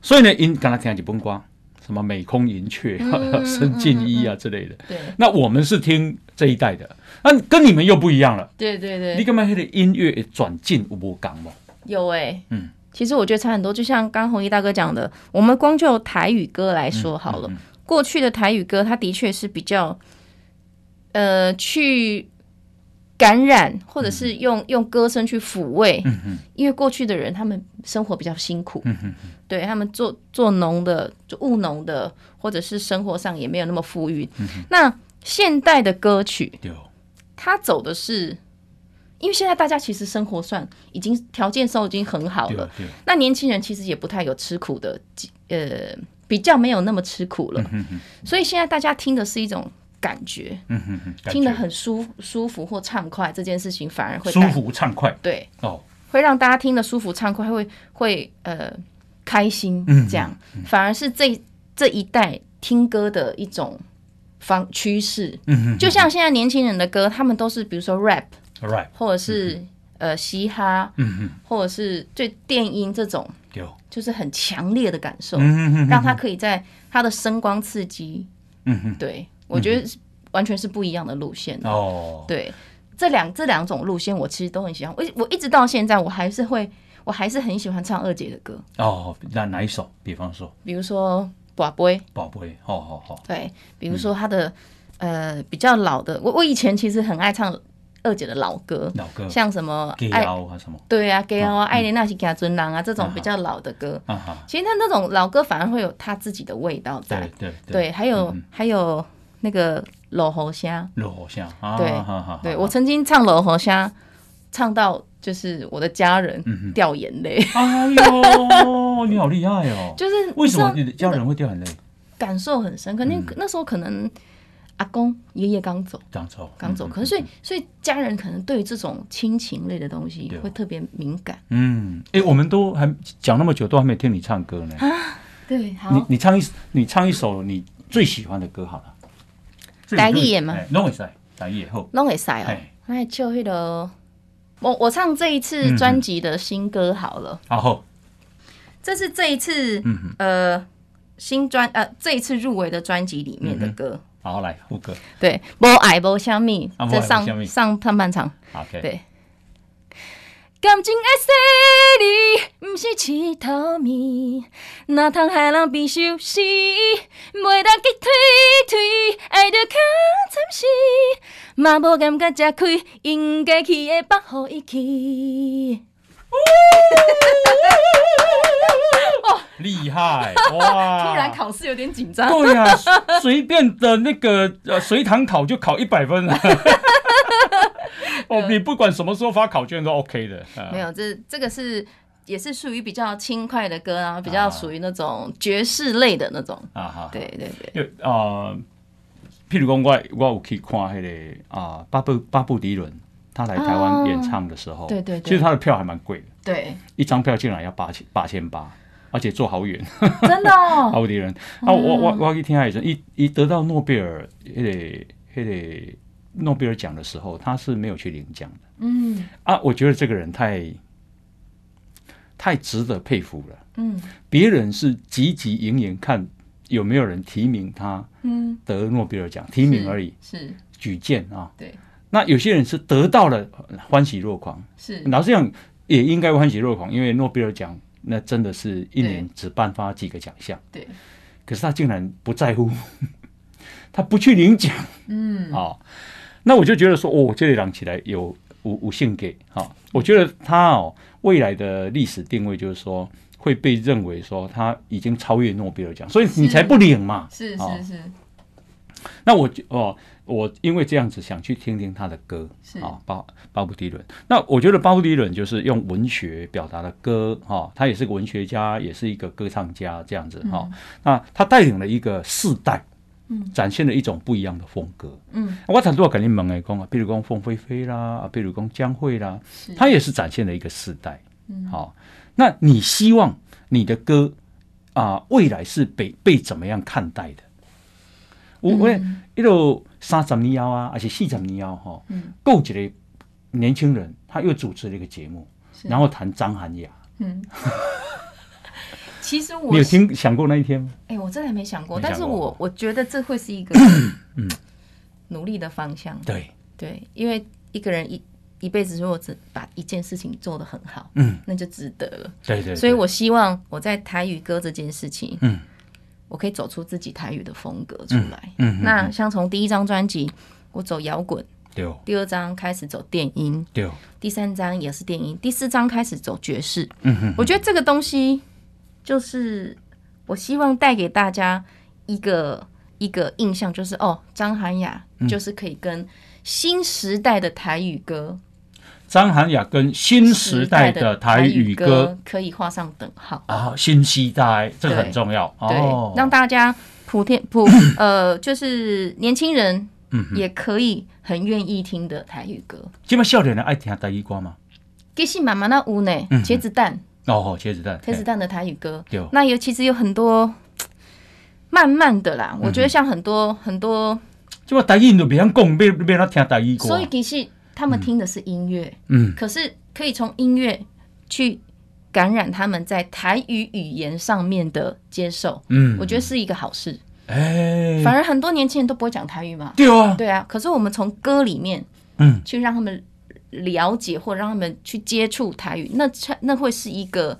Speaker 2: 所以呢，因刚才听日本歌，什么美空云雀、
Speaker 3: 嗯
Speaker 2: 深进一啊之类的。
Speaker 3: 对，
Speaker 2: 那我们是听这一代的，那跟你们又不一样了。
Speaker 3: 对对对
Speaker 2: 你，干嘛那个音乐的转进有无港嘛？
Speaker 3: 有哎、
Speaker 2: 嗯
Speaker 3: 嗯，其实我觉得差很多。就像刚红衣大哥讲的，我们光就台语歌来说
Speaker 2: 嗯
Speaker 3: 好了，过去的台语歌，它的确是比较，呃，去感染或者是用、用歌声去抚慰，因为过去的人他们生活比较辛苦，对他们做做农的、做务农的，或者是生活上也没有那么富裕。那现代的歌曲，
Speaker 2: 对，哦
Speaker 3: 他走的是，因为现在大家其实生活算已经条件都已经很好
Speaker 2: 对哦
Speaker 3: 了，
Speaker 2: 对，
Speaker 3: 那年轻人其实也不太有吃苦的，呃，比较没有那么吃苦了，所以现在大家听的是一种感觉，
Speaker 2: 嗯哼哼，感
Speaker 3: 听得
Speaker 2: 觉
Speaker 3: 很舒舒服或畅快，这件事情反而会
Speaker 2: 舒
Speaker 3: 带
Speaker 2: 服畅快
Speaker 3: 对
Speaker 2: 哦。
Speaker 3: 会让大家听得舒服畅快，会会呃开心，
Speaker 2: 嗯
Speaker 3: 这样、反而是这这一代听歌的一种方趋势。嗯就像现在年轻人的歌，他们都是比如说 rap
Speaker 2: All right，
Speaker 3: 或者是、呃嘻哈，
Speaker 2: 嗯
Speaker 3: 或者是对电音这种，
Speaker 2: 哼，对，哦
Speaker 3: 就是很强烈的感受，
Speaker 2: 嗯哼哼，
Speaker 3: 让他可以在他的声光刺激，
Speaker 2: 嗯哼，
Speaker 3: 对我觉得是。完全是不一样的路线。
Speaker 2: 哦，
Speaker 3: 对，这两这两种路线我其实都很喜欢，我一我一直到现在我还是会，我还是很喜欢唱二姐的歌，
Speaker 2: 哦，那哪一首？比方说
Speaker 3: 比如说《寡杯》，
Speaker 2: 《宝贝》，好好好，
Speaker 3: 对，比如说她的、
Speaker 2: 嗯
Speaker 3: 呃比较老的，我我以前其实很爱唱二姐的老歌，
Speaker 2: 老歌
Speaker 3: 像什么
Speaker 2: 给
Speaker 3: 爱
Speaker 2: 腰啊什么
Speaker 3: 对啊 gay 啊爱莲娜西加尊郎啊这种
Speaker 2: 啊
Speaker 3: 比较老的歌，
Speaker 2: 啊哈，
Speaker 3: 其实他那种老歌反而会有他自己的味道在
Speaker 2: 对，对嗯
Speaker 3: 对，，还有还有那个老猴虾，
Speaker 2: 肉像啊，
Speaker 3: 对
Speaker 2: 哈哈哈
Speaker 3: 对我曾经唱老猴虾，唱到就是我的家人
Speaker 2: 嗯
Speaker 3: 掉眼泪，
Speaker 2: 哎呦，你好厉害哦！
Speaker 3: 就是
Speaker 2: 为什么嗯
Speaker 3: 你
Speaker 2: 你
Speaker 3: 知
Speaker 2: 的
Speaker 3: 道
Speaker 2: 家人会掉眼泪？
Speaker 3: 感受很深？可能那时候可能阿公爷爷刚走。
Speaker 2: 张超嗯
Speaker 3: 刚走，可能所以所以家人可能对于这种亲情类的东西
Speaker 2: 对哦
Speaker 3: 会特别敏感。
Speaker 2: 嗯，哎、我们都还讲那么久，都还没听你唱歌呢。
Speaker 3: 对，
Speaker 2: 你
Speaker 3: 好，
Speaker 2: 你唱一你唱一首你最喜欢的歌好了。哎
Speaker 3: 台语的吗
Speaker 2: 拢会使，台语也好。
Speaker 3: 弄会塞哦
Speaker 2: 哎，
Speaker 3: 那就那个，我我唱这一
Speaker 2: 嗯
Speaker 3: 次专辑的新歌好了。
Speaker 2: 然后，
Speaker 3: 这是这一次、
Speaker 2: 嗯哼，
Speaker 3: 呃新专呃这一次入围的专辑里
Speaker 2: 嗯
Speaker 3: 面的歌。
Speaker 2: 好来副歌
Speaker 3: 对，无爱无虾米
Speaker 2: 啊，
Speaker 3: 这
Speaker 2: 无爱无虾
Speaker 3: 上
Speaker 2: 米
Speaker 3: 上上半场，
Speaker 2: ，OK。
Speaker 3: 对。感情的细腻，毋是刺头面，哪通害人变相思？袂当去推推，爱着较惨死，嘛无感觉吃亏，应该去的放互伊去。
Speaker 2: 厉 害哇！
Speaker 3: 突然考试有点紧张，
Speaker 2: 对呀、随便的那个呃随堂考就考一百 分了。哦，你不管什么时候发考卷都 OK 的。啊
Speaker 3: 没有，这这个是也是属于比较轻快的歌，然啊后比较属于那种爵士类的那种。
Speaker 2: 啊哈，
Speaker 3: 对对对，
Speaker 2: 因为啊、呃譬如讲我我有去看那个啊、巴布巴布迪伦他来台湾
Speaker 3: 哦
Speaker 2: 演唱的时候，
Speaker 3: 对对对
Speaker 2: 其实他的票还蛮贵的，
Speaker 3: 对，
Speaker 2: 一张票竟然要八千八千八。而且坐好远，
Speaker 3: 真的、
Speaker 2: 巴
Speaker 3: 哦。
Speaker 2: 布迪伦啊！我我我去听他一声，一一得到诺贝尔那个那个诺贝尔奖的时候，他是没有去领奖的
Speaker 3: 嗯
Speaker 2: 啊！我觉得这个人太太值得佩服了。
Speaker 3: 嗯
Speaker 2: 别人是汲汲营营看有没有人提名他
Speaker 3: 嗯，
Speaker 2: 得诺贝尔奖，提名而已，
Speaker 3: 是
Speaker 2: 举荐啊。
Speaker 3: 对，
Speaker 2: 那有些人是得到了呃欢喜若狂，
Speaker 3: 是
Speaker 2: 老实讲也应该欢喜若狂，因为诺贝尔奖那真的是一
Speaker 3: 对
Speaker 2: 年只颁发几个奖项，
Speaker 3: 对，
Speaker 2: 可是他竟然不在乎， 他不去领奖
Speaker 3: 嗯
Speaker 2: 啊、那我就觉得说，哦，这类人起来有无无限给哈、我觉得他哦未来的历史定位就是说会被认为说他已经超越诺贝尔奖，所以你
Speaker 3: 是
Speaker 2: 才不领嘛，
Speaker 3: 是
Speaker 2: 哦
Speaker 3: 是是
Speaker 2: 那我就哦，我因为这样子想去听听他的歌，
Speaker 3: 是
Speaker 2: 啊，巴巴布迪伦。那我觉得巴布迪伦就是用文学表达的歌，哈、他也是个文学家，也是一个歌唱家，这样子哈、那他带领了一个世代，
Speaker 3: 嗯，
Speaker 2: 展现了一种不一样的风格。
Speaker 3: 嗯
Speaker 2: 我常多跟你问诶，讲啊，比如讲凤飞飞啦，啊，比如讲江蕙啦，
Speaker 3: 是
Speaker 2: 他也是展现了一个世代。
Speaker 3: 嗯
Speaker 2: 好、那你希望你的歌啊、未来是被被怎么样看待的？我我一路三十年后啊，而且四十年后哈、
Speaker 3: 嗯
Speaker 2: 够几个年轻人，他又主持了一个节目，
Speaker 3: 是
Speaker 2: 然后谈张涵雅，
Speaker 3: 嗯。其实我
Speaker 2: 你有听想过那一天吗？
Speaker 3: 哎、我真的还没想过，
Speaker 2: 没
Speaker 3: 但是
Speaker 2: 想过嗯
Speaker 3: 我我觉得这会是一个努力的方向。
Speaker 2: 对，
Speaker 3: 对，因为一个人一一辈子如果只把一件事情做得很好，
Speaker 2: 嗯，
Speaker 3: 那就值得了。
Speaker 2: 对对对
Speaker 3: 所以我希望我在台语歌这件事情，
Speaker 2: 嗯，
Speaker 3: 我可以走出自己台语的风格出来。
Speaker 2: 嗯嗯嗯
Speaker 3: 那像从第一张专辑，我走摇滚，
Speaker 2: 对哦
Speaker 3: 第二张开始走电音，
Speaker 2: 对哦，
Speaker 3: 第三张也是电音，第四张开始走爵士。
Speaker 2: 嗯哼，
Speaker 3: 我觉得这个东西就是我希望带给大家一个一个印象，就是哦，张涵雅
Speaker 2: 嗯
Speaker 3: 就是可以跟新时代的台语歌、
Speaker 2: 张涵雅跟新时代的台语歌
Speaker 3: 可以画上等号。
Speaker 2: 啊，新时代这个
Speaker 3: 对
Speaker 2: 很重要哦
Speaker 3: 对，，让大家普天 普呃，就是年轻人
Speaker 2: 嗯
Speaker 3: 也可以很愿意听的台语歌。
Speaker 2: 今麦少年人爱听台语歌吗？
Speaker 3: 其实妈妈那有呢，茄子蛋，
Speaker 2: 哦，茄子蛋，
Speaker 3: 茄子蛋的台语歌
Speaker 2: 嘿嗯有，
Speaker 3: 那有其实有很多，慢慢的
Speaker 2: 嗯
Speaker 3: 啦，我觉得像很多很多，
Speaker 2: 即马台语你就别晓讲，别别哪听台语歌。
Speaker 3: 所以其实他们听的是音乐，
Speaker 2: 嗯，
Speaker 3: 可是可以从音乐去感染他们在台语语言上面的接受，
Speaker 2: 嗯
Speaker 3: 我觉得是一个好事。
Speaker 2: 哎，
Speaker 3: 反而很多年轻人都不会讲台语嘛。
Speaker 2: 对啊，
Speaker 3: 对啊，可是我们从歌里面，
Speaker 2: 嗯，
Speaker 3: 去让他们了解或让他们去接触台语，那那会是一个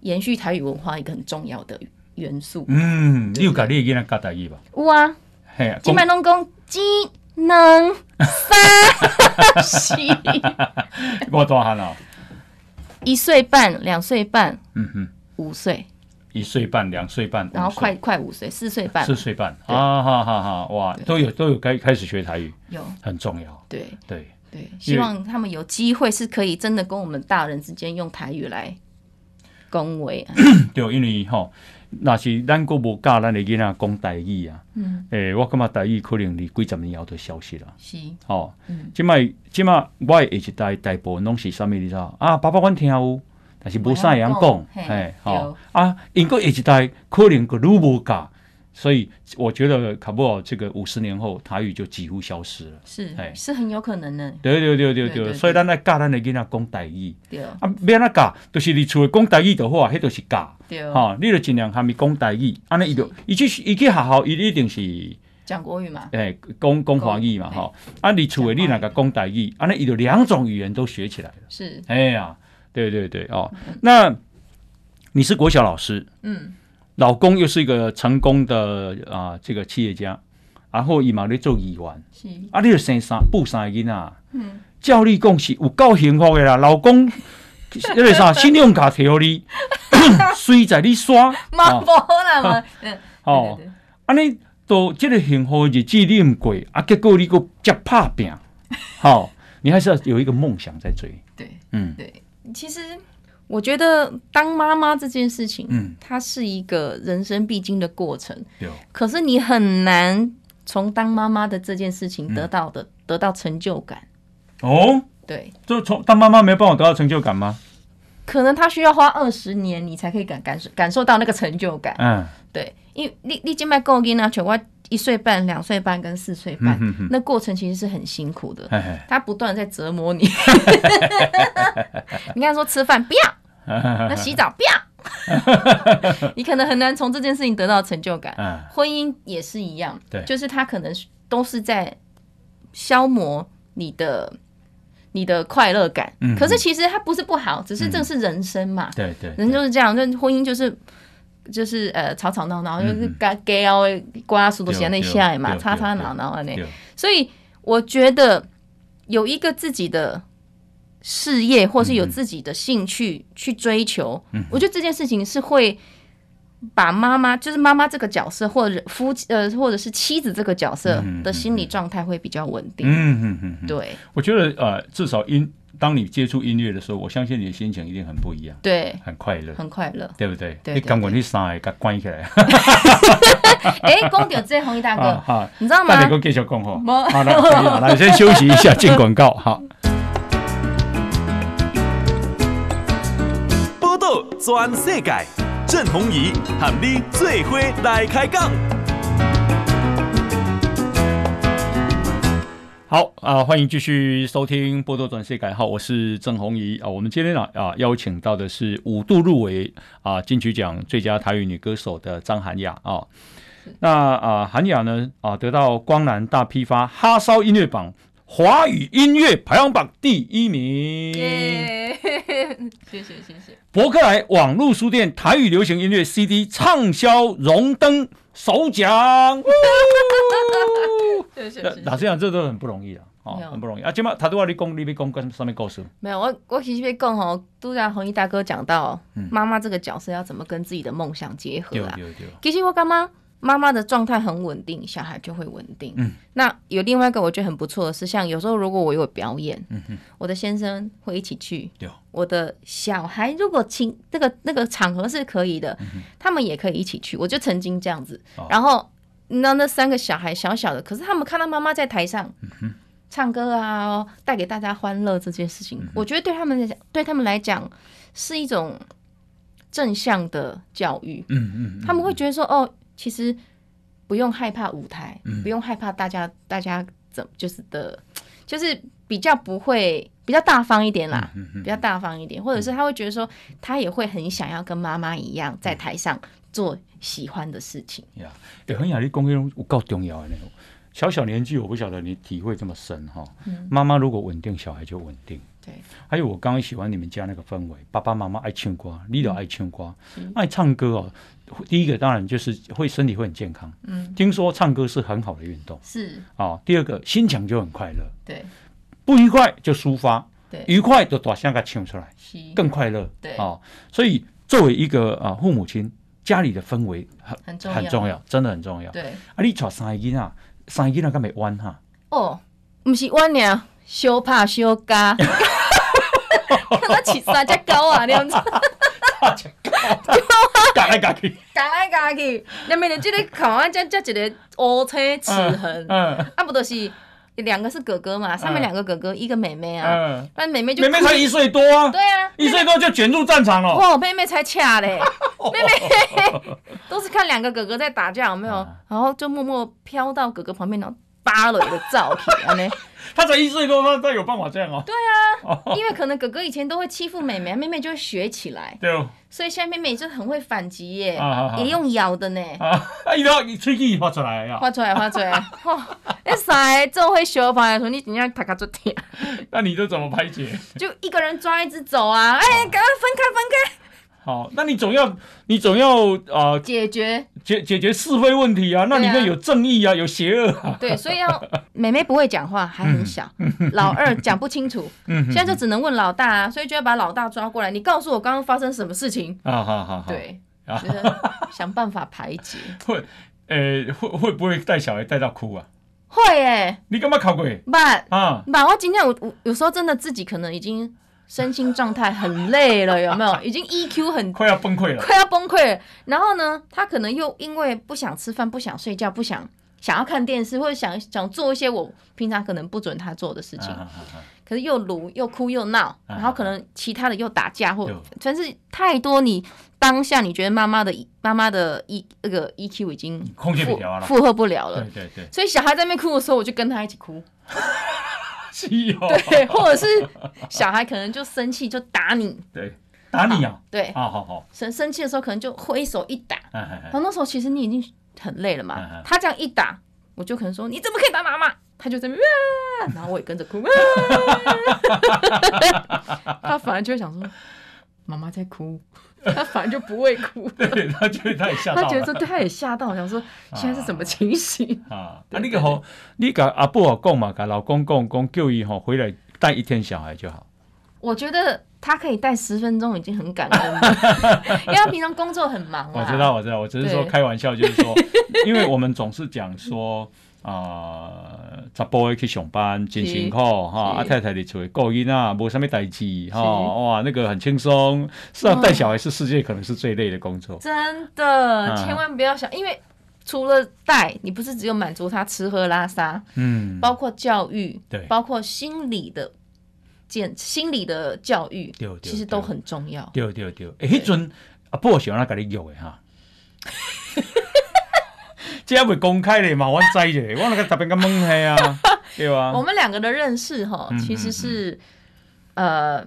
Speaker 3: 延续台语文化一个很重要的元素。
Speaker 2: 嗯，你有甲你的囡仔教台语吧？
Speaker 3: 有啊，
Speaker 2: 嘿啊，讲
Speaker 3: 金麦拢讲技能三 是
Speaker 2: 我大汉啊，
Speaker 3: 一岁半、两岁半、
Speaker 2: 嗯哼，
Speaker 3: 五岁，
Speaker 2: 一岁半、两岁半，
Speaker 3: 然后
Speaker 2: 五岁
Speaker 3: 快快五岁，四岁半
Speaker 2: 四岁半，
Speaker 3: 对
Speaker 2: 啊哈哈哈，哇，
Speaker 3: 对
Speaker 2: 都有都有开开始学台语，
Speaker 3: 有
Speaker 2: 很重要，
Speaker 3: 对
Speaker 2: 对，
Speaker 3: 对，希望他们有机会是可以真的跟我们大人之间用台语来恭维啊。
Speaker 2: 对，因为吼，若是咱国无教咱的囡仔讲台语啊，
Speaker 3: 嗯，
Speaker 2: 诶、我感觉台语可能离几十年后就消失了。
Speaker 3: 是
Speaker 2: 吼、即摆即摆我的下一代大部分拢是啥物你知道？啊，爸爸阮听有，但是无啥会晓讲，
Speaker 3: 嘿
Speaker 2: 嘿，吼、
Speaker 3: 对
Speaker 2: 啊，因个下一代可能个愈无教，所以我觉得卡布尔这个五十年后台语就几乎消失了。嘿
Speaker 3: 是是很有可能的，
Speaker 2: 对对对对
Speaker 3: 对对
Speaker 2: 对，
Speaker 3: 对
Speaker 2: 所以咱来教咱的囡仔讲台语，
Speaker 3: 对哦
Speaker 2: 啊，要安怎教，就是你厝的讲台语就好啊，迄就是教。
Speaker 3: 对，哦
Speaker 2: 吼、你著尽量含伊讲台语，安尼伊就伊去伊去学校，伊一定是
Speaker 3: 讲国语嘛，
Speaker 2: 诶讲讲华语嘛
Speaker 3: 讲
Speaker 2: 吼。啊，你厝诶你若甲讲台语，安尼伊就两种语言都学起来了。
Speaker 3: 是
Speaker 2: 哎呀，对对对哦，那你是国小老师，
Speaker 3: 嗯，
Speaker 2: 老公又是一个成功的啊、这个企业家，然后伊嘛咧做议员，
Speaker 3: 是
Speaker 2: 啊，你著生三不三个囡仔，
Speaker 3: 嗯，
Speaker 2: 照你讲是有够幸福诶啦，老公。 迄个啥信用卡摕互你， 随在你刷，
Speaker 3: 嘛无 啦嘛，嗯，
Speaker 2: 哦
Speaker 3: 对，对对
Speaker 2: 安尼都即个幸福的日子你毋过，啊，结果你个接拍 拼，好、你还是要有一个梦想在追。
Speaker 3: 对。
Speaker 2: 嗯
Speaker 3: 对，其实我觉得当妈妈这件事情，
Speaker 2: 嗯，
Speaker 3: 它是一个人生必经的过程，
Speaker 2: 对，
Speaker 3: 可是你很难从当妈妈的这件事
Speaker 2: 嗯
Speaker 3: 情得到的、得到成就感。
Speaker 2: 哦，
Speaker 3: 对，
Speaker 2: 就从当妈妈没办法得到成就感吗？
Speaker 3: 可能他需要花二十年，你才可以感感受感受到那个成就感。
Speaker 2: 嗯，
Speaker 3: 对，因为你你经脉够音啊，全我一岁半、两岁半跟四岁半，
Speaker 2: 嗯嗯嗯
Speaker 3: 那过程其实是很辛苦的。
Speaker 2: 嘿嘿
Speaker 3: 他不断地在折磨 你，你看说吃饭不要，那洗澡不要， 你可能很难从这件事情得到成就感。
Speaker 2: 嗯
Speaker 3: 婚姻也是一样，
Speaker 2: 对
Speaker 3: 就是他可能都是在消磨你的你的快乐感。
Speaker 2: 嗯
Speaker 3: 可是其实它不是不好，只是这是人生嘛，
Speaker 2: 对对
Speaker 3: 人就是这样，就婚姻就是。就是呃吵吵闹闹，就是该该要刮速度写那下嘛，
Speaker 2: 嗯对对
Speaker 3: 吵吵闹闹啊那。
Speaker 2: 对
Speaker 3: 所以我觉得有一个自己的事业，或是有自己的兴
Speaker 2: 嗯
Speaker 3: 趣去追求，我觉得这件事情是会把妈妈，就是妈妈这个角色，或者夫妻呃，或者是妻子这个角色
Speaker 2: 嗯嗯
Speaker 3: 的心理状态会比较稳定。
Speaker 2: 嗯嗯嗯嗯，
Speaker 3: 对
Speaker 2: 我觉得呃，至少音，当你接触音乐的时候，我相信你的心情一定很不一样，
Speaker 3: 对，
Speaker 2: 很快乐，。
Speaker 3: 很快乐
Speaker 2: 对不对？
Speaker 3: 对
Speaker 2: 你
Speaker 3: 对
Speaker 2: 感觉你三个给关起来，
Speaker 3: 哎，公屌这红衣大
Speaker 2: 啊
Speaker 3: 哥，
Speaker 2: 哈，
Speaker 3: 你知道吗
Speaker 2: 大？家给我继续讲吼
Speaker 3: 没，
Speaker 2: 好 来可以了，来先休息一下，进广告，好。
Speaker 1: 报道全世界，郑鸿仪和你做伙来开讲。
Speaker 2: 好啊、欢迎继续收听《波多转世改号》，我是郑红怡啊。我们今天呢啊、邀请到的是五度入围啊金曲奖最佳台语女歌手的张涵雅啊。那啊，韩雅呢啊，得到光南大批发哈烧音乐榜华语音乐排行榜第一名，
Speaker 3: 耶！ 谢谢谢谢，
Speaker 2: 博客来网络书店台语流行音乐 CD 畅销荣登首奖。
Speaker 3: 谢谢
Speaker 2: 那老实讲，这都很不容易了啊、
Speaker 3: 没有
Speaker 2: 很不容易啊。今嘛，他都话你讲，你要讲跟上面故事。
Speaker 3: 没有，我我其实被供吼，都像红衣大哥讲到，妈妈这个角色要怎么跟自己的梦想结合
Speaker 2: 对
Speaker 3: 啊？
Speaker 2: 对对，
Speaker 3: 其实我干妈妈妈的状态很稳定，小孩就会稳定。
Speaker 2: 嗯，
Speaker 3: 那有另外一个我觉得很不错的是，像有时候如果我有表演，嗯我的先生会一起去
Speaker 2: 有，
Speaker 3: 我的小孩如果请那个那个场合是可以的，他们也可以一起去。我就曾经这样子，
Speaker 2: 嗯哦
Speaker 3: 然后那那三个小孩小小的，可是他们看到妈妈在台上。
Speaker 2: 嗯
Speaker 3: 唱歌啊，带给大家欢乐这件
Speaker 2: 嗯
Speaker 3: 事情，我觉得对他们来讲，对他们来讲是一种正向的教育。
Speaker 2: 嗯嗯，
Speaker 3: 他们会觉得说，哦，其实不用害怕舞台，
Speaker 2: 嗯
Speaker 3: 不用害怕大家大家怎就是的，就是比较不会比较大方一点啦，
Speaker 2: 嗯嗯
Speaker 3: 比较大方一点，或者是他会觉得说，他也会很想要跟妈妈一样在台上做喜欢的事情。
Speaker 2: 呀，哎，恒雅，你讲迄种有够重要的呢。小小年纪，我不晓得你体会这么深哈。
Speaker 3: 嗯
Speaker 2: 妈妈如果稳定，小孩就稳定。
Speaker 3: 对，
Speaker 2: 还有我刚刚喜欢你们家那个氛围，爸爸妈妈爱唱歌，你
Speaker 3: 嗯
Speaker 2: 都爱唱歌，爱唱歌哦。第一个当然就是会身体会很健康，
Speaker 3: 嗯，
Speaker 2: 听说唱歌是很好的运动
Speaker 3: 是，
Speaker 2: 啊、哦第二个心情就很快乐，
Speaker 3: 对，
Speaker 2: 不愉快就抒发，
Speaker 3: 对，
Speaker 2: 愉快就大声给唱出来，
Speaker 3: 是，
Speaker 2: 更快乐。
Speaker 3: 对
Speaker 2: 啊、所以作为一个啊、父母亲，家里的氛围很
Speaker 3: 很重要
Speaker 2: 很重要，真的很重要。
Speaker 3: 对。
Speaker 2: 啊，你带三个囡仔，三个囡仔敢袂弯 哈？
Speaker 3: 哦，毋是我俩小拍小 加， 我饲三只狗啊，你知道吗？
Speaker 2: 夹来夹去，
Speaker 3: 夹来夹去，那面的这个看啊，这这一个乌青齿痕，
Speaker 2: 嗯
Speaker 3: 啊不都是两个是哥哥嘛，上面两个哥哥，一个妹妹啊，
Speaker 2: 嗯，
Speaker 3: 那妹妹就
Speaker 2: 妹妹才一岁哦多啊，
Speaker 3: 对啊，
Speaker 2: 一岁多就卷入战场了。
Speaker 3: 哇，妹妹才 掐嘞，
Speaker 2: 哦
Speaker 3: 妹妹 都是看两个哥哥在打架，有没有
Speaker 2: 啊？
Speaker 3: 然后就默默飘到哥哥旁边，然后扒了一个照片，安 尼。
Speaker 2: 他才一岁多，他他有办法这样哦？对
Speaker 3: 因为可能哥哥以前都会欺负妹妹，妹妹就会学起来，
Speaker 2: 对哦，
Speaker 3: 所以现在妹妹就很会反击耶，
Speaker 2: 啊啊啊
Speaker 3: 也用咬的呢，
Speaker 2: 啊， 哎呦，你喙齿发出来啊呀？
Speaker 3: 画出来画出来， 哇！那啥，这会小朋友说你怎样他卡 住天，
Speaker 2: 那你都怎么排解？
Speaker 3: 就一个人抓一只走啊，
Speaker 2: 哦
Speaker 3: 哎，赶快分开分开，
Speaker 2: 好，那你总要你总要啊、呃
Speaker 3: 解决
Speaker 2: 解解决是非问题啊，那里
Speaker 3: 对
Speaker 2: 面
Speaker 3: 啊
Speaker 2: 有正义啊，有邪恶啊。
Speaker 3: 对，所 以要妹妹不会讲话，还很小，老二讲不清楚，
Speaker 2: 嗯
Speaker 3: 现在就只能问老大啊，所以就要把老大抓过来，你告诉我刚刚发生什么事情，
Speaker 2: 啊，好好好。，
Speaker 3: 对，
Speaker 2: 啊
Speaker 3: 就是想办法排解，
Speaker 2: 会呃会会不会带小孩带到哭啊？
Speaker 3: 会哎，
Speaker 2: 你干嘛考过
Speaker 3: 爸。
Speaker 2: 啊？
Speaker 3: 妈，我今天我我有时候真的自己可能已经身心状态很累了，有没有？已经 EQ 很
Speaker 2: 快要崩溃 了。
Speaker 3: 快要崩溃了。然后呢，他可能又因为不想吃饭、不想睡觉、不想想要看电视，或者想想做一些我平常可能不准他做的事情，
Speaker 2: 啊啊啊啊
Speaker 3: 可是又撸又哭又闹，
Speaker 2: 啊
Speaker 3: 然后可能其他的又打架或
Speaker 2: 对
Speaker 3: 真是太多你。当下你觉得妈妈的妈妈的 E 那个 EQ 已经
Speaker 2: 控制不
Speaker 3: 负
Speaker 2: 了了
Speaker 3: 负荷不了了
Speaker 2: 对，对对，
Speaker 3: 所以小孩在那边哭的时候，我就跟他一起 哭。
Speaker 2: 是哦。
Speaker 3: 对，或者是小孩可能就生气就打你，
Speaker 2: 对，打你啊！
Speaker 3: 对，
Speaker 2: 啊，好好，
Speaker 3: 生生气的时候可能就挥手一打，
Speaker 2: 哎哎
Speaker 3: 然
Speaker 2: 哎，
Speaker 3: 后那时候其实你已经很累了
Speaker 2: 嗯
Speaker 3: 嘛
Speaker 2: 嗯，
Speaker 3: 他这样一打，我就可能说你怎么可以打妈妈？他就在那边，啊 然后我也跟着哭，啊他反而就会想说妈妈在哭，他反而就不会哭，
Speaker 2: 对，他觉得他也吓到
Speaker 3: 他
Speaker 2: 了。
Speaker 3: 觉得说对他也吓到，想说现在是什么情形？
Speaker 2: 啊，啊，
Speaker 3: 对
Speaker 2: 你
Speaker 3: 对
Speaker 2: 个吼，你甲阿婆讲嘛，甲老公讲，讲叫伊吼回来带一天小孩就好。
Speaker 3: 我觉得。他可以带十分钟已经很感恩了，因为他平常工作很忙
Speaker 2: 我
Speaker 3: 啊。
Speaker 2: 知道，我知道，我只是说
Speaker 3: 对
Speaker 2: 开玩笑，就是 说，因为我们总是讲说。啊，查甫的去上班真辛苦哈，
Speaker 3: 是
Speaker 2: 啊太太伫厝顾囡仔，无啥物代志哈，
Speaker 3: 是
Speaker 2: 哇那个很轻松。是啊，带小孩是世界可能是最累的工作。
Speaker 3: 真的，
Speaker 2: 嗯
Speaker 3: 千万不要想，因为除了带，你不是只有满足他吃喝拉撒，
Speaker 2: 嗯，
Speaker 3: 包括教育，
Speaker 2: 对
Speaker 3: 包括心理的健，心理的教育
Speaker 2: 对，对
Speaker 3: 其实都很重要。
Speaker 2: 对对对，诶，迄阵阿婆是安那甲你约的哈。 这还未公开咧嘛，我知咧，我那个特别个问下 啊，对吧
Speaker 3: 我？们两个的认识哈
Speaker 2: 嗯，
Speaker 3: 其实是呃，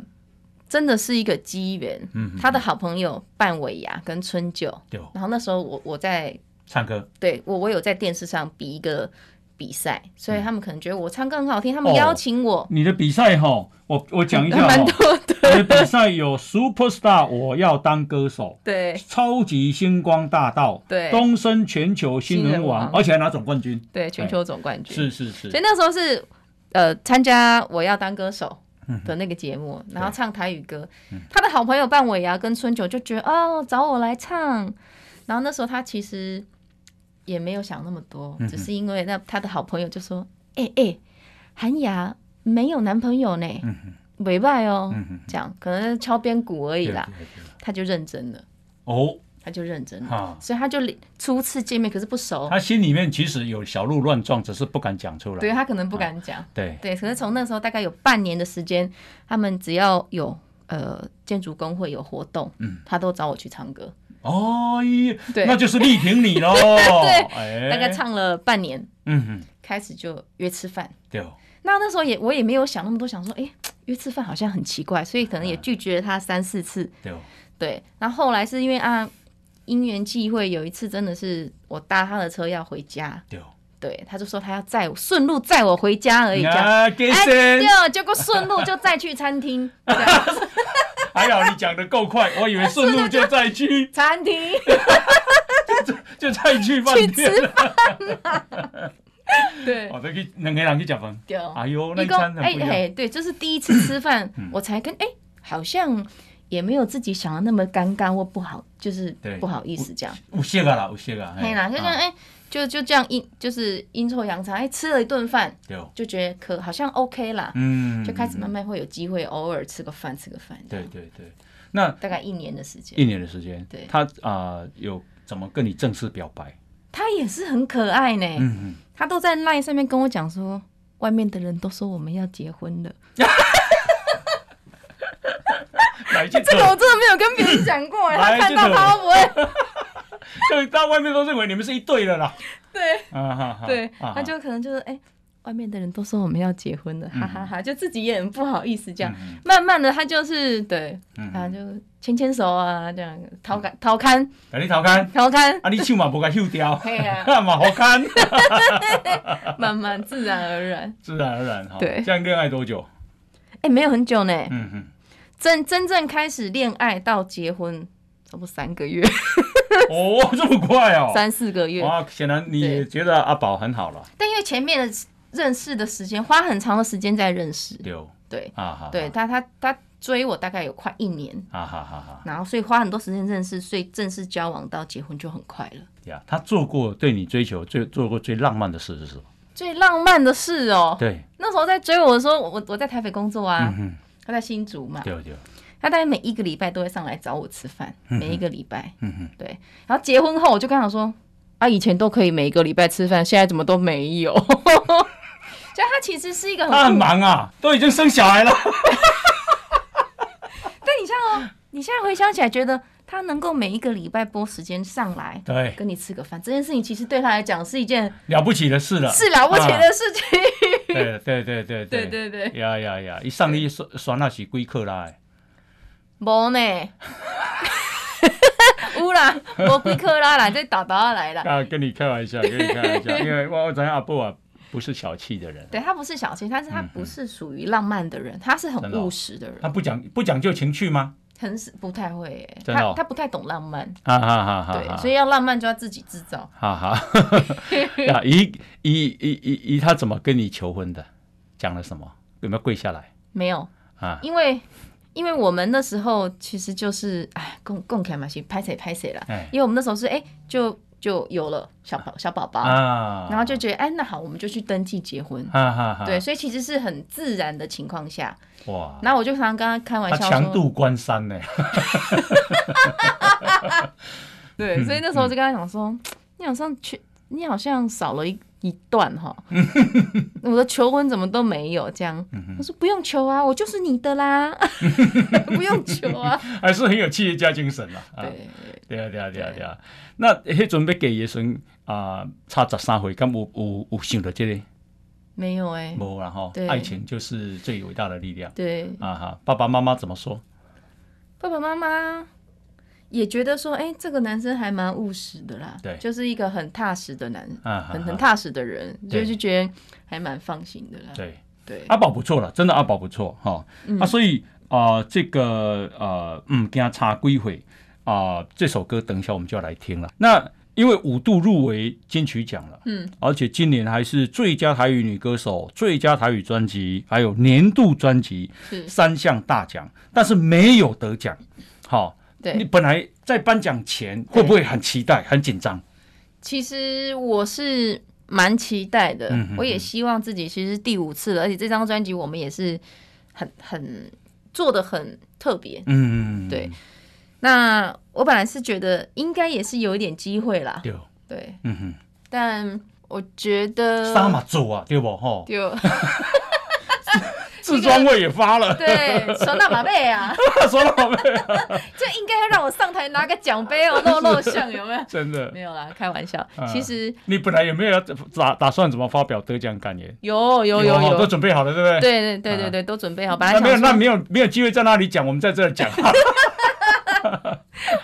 Speaker 3: 真的是一个机缘。
Speaker 2: 嗯，
Speaker 3: 他的好朋友半尾牙跟春酒，
Speaker 2: 对，
Speaker 3: 然后那时候我我在
Speaker 2: 唱歌，
Speaker 3: 对我我有在电视上比一个比赛，所以他们可能觉得我唱歌很好听，
Speaker 2: 嗯
Speaker 3: 他
Speaker 2: 哦
Speaker 3: 们邀请我，
Speaker 2: 你的比赛哈，我我讲一下 哦
Speaker 3: 蛮
Speaker 2: 哈，
Speaker 3: 多的。
Speaker 2: 你的比赛有 Superstar，我要当歌手。
Speaker 3: 对
Speaker 2: 超级星光大道，
Speaker 3: 对
Speaker 2: 东升全球新人
Speaker 3: 新人
Speaker 2: 王
Speaker 3: 王，
Speaker 2: 而且还拿总冠军，
Speaker 3: 对，全球总冠军。
Speaker 2: 哎是是是
Speaker 3: 所以，那时候是呃参加《我要当歌手》
Speaker 2: 嗯
Speaker 3: 的那个节目，然后唱台语歌。他的好朋友伴尾牙跟春九就觉得哦，找我来唱。然后那时候他其实也没有想那么多，
Speaker 2: 嗯
Speaker 3: 只是因为那他的好朋友就说：“哎、哎、韩雅没有男朋友呢，没拜哦。
Speaker 2: 嗯嗯哼
Speaker 3: 这样可能是敲边鼓而已啦，
Speaker 2: 对对对
Speaker 3: 他就认真了，
Speaker 2: 哦，
Speaker 3: 他就认真了，
Speaker 2: 哈，
Speaker 3: 所以他就初次见面，可是不熟，
Speaker 2: 他心里面其实有小鹿乱撞，只是不敢讲出来。
Speaker 3: 对他可能不敢讲。
Speaker 2: 对，
Speaker 3: 对，可是从那时候大概有半年的时间，他们只要有呃建筑工会有活动，嗯，他都找我去唱歌，
Speaker 2: 哦，咦
Speaker 3: 对
Speaker 2: 那就是力挺你喽。
Speaker 3: 对
Speaker 2: 哎
Speaker 3: 大概，唱了半年，
Speaker 2: 嗯嗯，
Speaker 3: 开始就约吃饭。
Speaker 2: 对哦，
Speaker 3: 那那时候也我也没有想那么多，想说哎约吃饭好像很奇怪，所以可能也拒绝了他三四次。
Speaker 2: 对哦，
Speaker 3: 对，然后后来是因为啊因缘际会，有一次真的是我搭他的车要回家，
Speaker 2: 对，
Speaker 3: 对，他就说他要载我顺路载我回家而已，这样。
Speaker 2: 啊，给
Speaker 3: 哎，
Speaker 2: 谁？
Speaker 3: 对，结果顺路就再去餐厅，对
Speaker 2: 还好哎你讲的够快，我以为顺路就再 去
Speaker 3: 餐厅
Speaker 2: 就再去饭
Speaker 3: 去
Speaker 2: 店。
Speaker 3: 吃饭啦。对，
Speaker 2: 哦，再去两个人去吃饭。
Speaker 3: 对，哦
Speaker 2: 哎呦，那
Speaker 3: 你
Speaker 2: 一
Speaker 3: 讲
Speaker 2: 餐很
Speaker 3: 哎
Speaker 2: 不一样。嗯
Speaker 3: 哎，对，这是第一次吃饭，我才跟哎，好像也没有自己想的那么尴尬或不好，就是
Speaker 2: 对
Speaker 3: 不好意思这样。
Speaker 2: 有些啊啦，有些啊。
Speaker 3: 嘿啦，就这样
Speaker 2: 啊
Speaker 3: 哎，就就这样阴就是阴错阳差，哎，吃了一顿饭
Speaker 2: 对，哦
Speaker 3: 就觉得可好像 OK 啦，
Speaker 2: 嗯，
Speaker 3: 就开始慢慢会有机会偶尔吃个饭吃个饭，
Speaker 2: 对，对对，那
Speaker 3: 大概一年的时间。
Speaker 2: 一年的时间，
Speaker 3: 对
Speaker 2: 他啊、有怎么跟你正式表 白？
Speaker 3: 他也是很可爱呢，
Speaker 2: 嗯
Speaker 3: 他都在 LINE 上面跟我讲说，外面的人都说我们要结婚了，
Speaker 2: 嗯，来这
Speaker 3: 这个我真的没有跟别人讲过哎，
Speaker 2: 哎
Speaker 3: 他看到
Speaker 2: 这个
Speaker 3: 他会 不会？
Speaker 2: 对，到外面都认为你们是一对的啦。
Speaker 3: 对
Speaker 2: 啊哈哈，
Speaker 3: 对，
Speaker 2: 啊哈
Speaker 3: 他就可能就是哎。外面的人都说我们要结婚了，哈哈哈！就自己也很不好意思，这样、
Speaker 2: 嗯
Speaker 3: 慢慢的他就是对，
Speaker 2: 嗯
Speaker 3: 啊就牵牵手啊，这样掏看掏看
Speaker 2: 给你头看，
Speaker 3: 掏看，
Speaker 2: 啊，你手嘛不该休掉，
Speaker 3: 嘿啊，
Speaker 2: 嘛好看，
Speaker 3: 慢慢自然而然。
Speaker 2: 自然而然哈。
Speaker 3: 对
Speaker 2: 这样恋爱多久？
Speaker 3: 哎、没有很久呢，
Speaker 2: 嗯嗯，
Speaker 3: 真真正开始恋爱到结婚，差不多三个月，
Speaker 2: 哦，这么快哦。
Speaker 3: 三四个月。
Speaker 2: 哇，显然你也觉得阿宝很好了，
Speaker 3: 但因为前面的认识的时间，花很长的时间在认识，
Speaker 2: 对
Speaker 3: 对
Speaker 2: 啊哈，
Speaker 3: 对，他他他追我大概有快一年，
Speaker 2: 啊哈哈哈
Speaker 3: 然后所以花很多时间认识，所以正式交往到结婚就很快了。
Speaker 2: 呀，他做过对你追求最做过最浪漫的事是什么？
Speaker 3: 最浪漫的事哦，
Speaker 2: 对，
Speaker 3: 那时候在追我的时候，我我在台北工作啊
Speaker 2: 嗯，哼，
Speaker 3: 他在新竹嘛，
Speaker 2: 对对，
Speaker 3: 他大概每一个礼拜都会上来找我吃饭，每一个礼拜，
Speaker 2: 嗯哼，
Speaker 3: 对。然后结婚后我就跟他说，啊，以前都可以每一个礼拜吃饭，现在怎么都没有？ 就他其实是一个
Speaker 2: 他很
Speaker 3: 务
Speaker 2: 忙啊，都已经生小孩了。
Speaker 3: 但你像哦，你现在回想起来，觉得他能够每一个礼拜拨时间上来
Speaker 2: 对，
Speaker 3: 跟你吃个饭，这件事情其实对他来讲是一件
Speaker 2: 了不起的事了，
Speaker 3: 是了不起的事情。
Speaker 2: 啊。对对对对
Speaker 3: 对对对，
Speaker 2: 呀呀呀！一上你选选那是几克拉的？
Speaker 3: 无呢， 有啦，无几克拉啦，这打打来啦。
Speaker 2: 啊，跟你开玩笑，跟你开玩笑，因为我我知道阿布啊不是小气的人，
Speaker 3: 对他不是小气，但是他不是属于浪漫的人，他是
Speaker 2: 真
Speaker 3: 很
Speaker 2: 的哦
Speaker 3: 务实的人，
Speaker 2: 他不讲不讲究情趣吗？
Speaker 3: 很是不太会耶、
Speaker 2: 真的哦
Speaker 3: 他他不太懂浪漫，
Speaker 2: 啊哈哈哈！
Speaker 3: 对，所以要浪漫就要自己制造。
Speaker 2: 哈哈，呀，以以以以以他怎么跟你求婚的？讲了什么？有没有跪下来
Speaker 3: 没有，
Speaker 2: 啊？
Speaker 3: 因为因为我们那时候其实就是哎，共共开嘛，行，拍谁拍谁啦。
Speaker 2: 哎
Speaker 3: 因为我们那时候是哎、就就有了小宝小宝宝，
Speaker 2: 啊，
Speaker 3: 然后就觉得哎那好，我们就去登记结婚。
Speaker 2: 哈哈哈，
Speaker 3: 对，所以其实是很自然的情况下，
Speaker 2: 哇，
Speaker 3: 然后我就常常跟他开玩
Speaker 2: 他
Speaker 3: 笑
Speaker 2: 强
Speaker 3: 说，
Speaker 2: 渡关山呢，嗯
Speaker 3: 对，所以那时候就跟他讲说，你好像缺，你好像少了一一段 哈，我的求婚怎么都没有
Speaker 2: 嗯
Speaker 3: 这样。他说不用求啊，我就是你 的啦，不用求啊。
Speaker 2: 还是很有企业家精神啦。啊，
Speaker 3: 对，
Speaker 2: 对啊，对啊，对啊，对啊。那迄阵要嫁的时阵啊，差十三岁，敢有有有想到这个？
Speaker 3: 没有哎、
Speaker 2: 无啦吼，
Speaker 3: 对
Speaker 2: 爱情就是最伟大的力量
Speaker 3: 对，
Speaker 2: 啊！哈，爸爸妈妈怎么说？
Speaker 3: 爸爸妈妈也觉得说，哎、这个男生还蛮务实的啦，
Speaker 2: 对
Speaker 3: 就是一个很踏实的男，
Speaker 2: 啊，哈
Speaker 3: 很很
Speaker 2: 哈
Speaker 3: 踏实的人，
Speaker 2: 对
Speaker 3: 就是觉得还蛮放心的啦。
Speaker 2: 对，啊
Speaker 3: 对，
Speaker 2: 阿宝不错了，真的阿宝不错哈。
Speaker 3: 嗯
Speaker 2: 啊，所以啊，呃这个呃，嗯，给他插归回啊，这首歌等一下我们就要来听了。那因为五度入围金曲奖了，
Speaker 3: 嗯，
Speaker 2: 而且今年还是最佳台语女歌手、最佳台语专辑，还有年度专辑
Speaker 3: 是，
Speaker 2: 三项大奖，但是没有得奖。好，你
Speaker 3: 对。
Speaker 2: 本来在颁奖前会不会很期待、很紧张？
Speaker 3: 其实我是蛮期待的，
Speaker 2: 嗯嗯嗯
Speaker 3: 我也希望自己其实是第五次了，而且这张专辑我们也是很很做的很特别。
Speaker 2: 嗯，
Speaker 3: 对，那我本来是觉得应该也是有一点机会啦，
Speaker 2: 对，
Speaker 3: 对，
Speaker 2: 嗯哼。
Speaker 3: 但我觉得
Speaker 2: 杀嘛做啊，对不吼？
Speaker 3: 就
Speaker 2: 自装位也发了，
Speaker 3: 对，手拿马背啊，
Speaker 2: 说了宝贝，
Speaker 3: 这应该要让我上台拿个奖杯哦，露露相有没有？
Speaker 2: 真的
Speaker 3: 没，有啦，开玩笑
Speaker 2: 啊。
Speaker 3: 其实
Speaker 2: 你本来有没有要打打算怎么发表得奖感言？
Speaker 3: 有有有
Speaker 2: 哦都
Speaker 3: 有，
Speaker 2: 准备好了，对不对？。
Speaker 3: 对对对对对，都准备好，本来
Speaker 2: 那没有，
Speaker 3: 想
Speaker 2: 那
Speaker 3: 说
Speaker 2: 没有没有机会在那里讲，我们在这儿讲。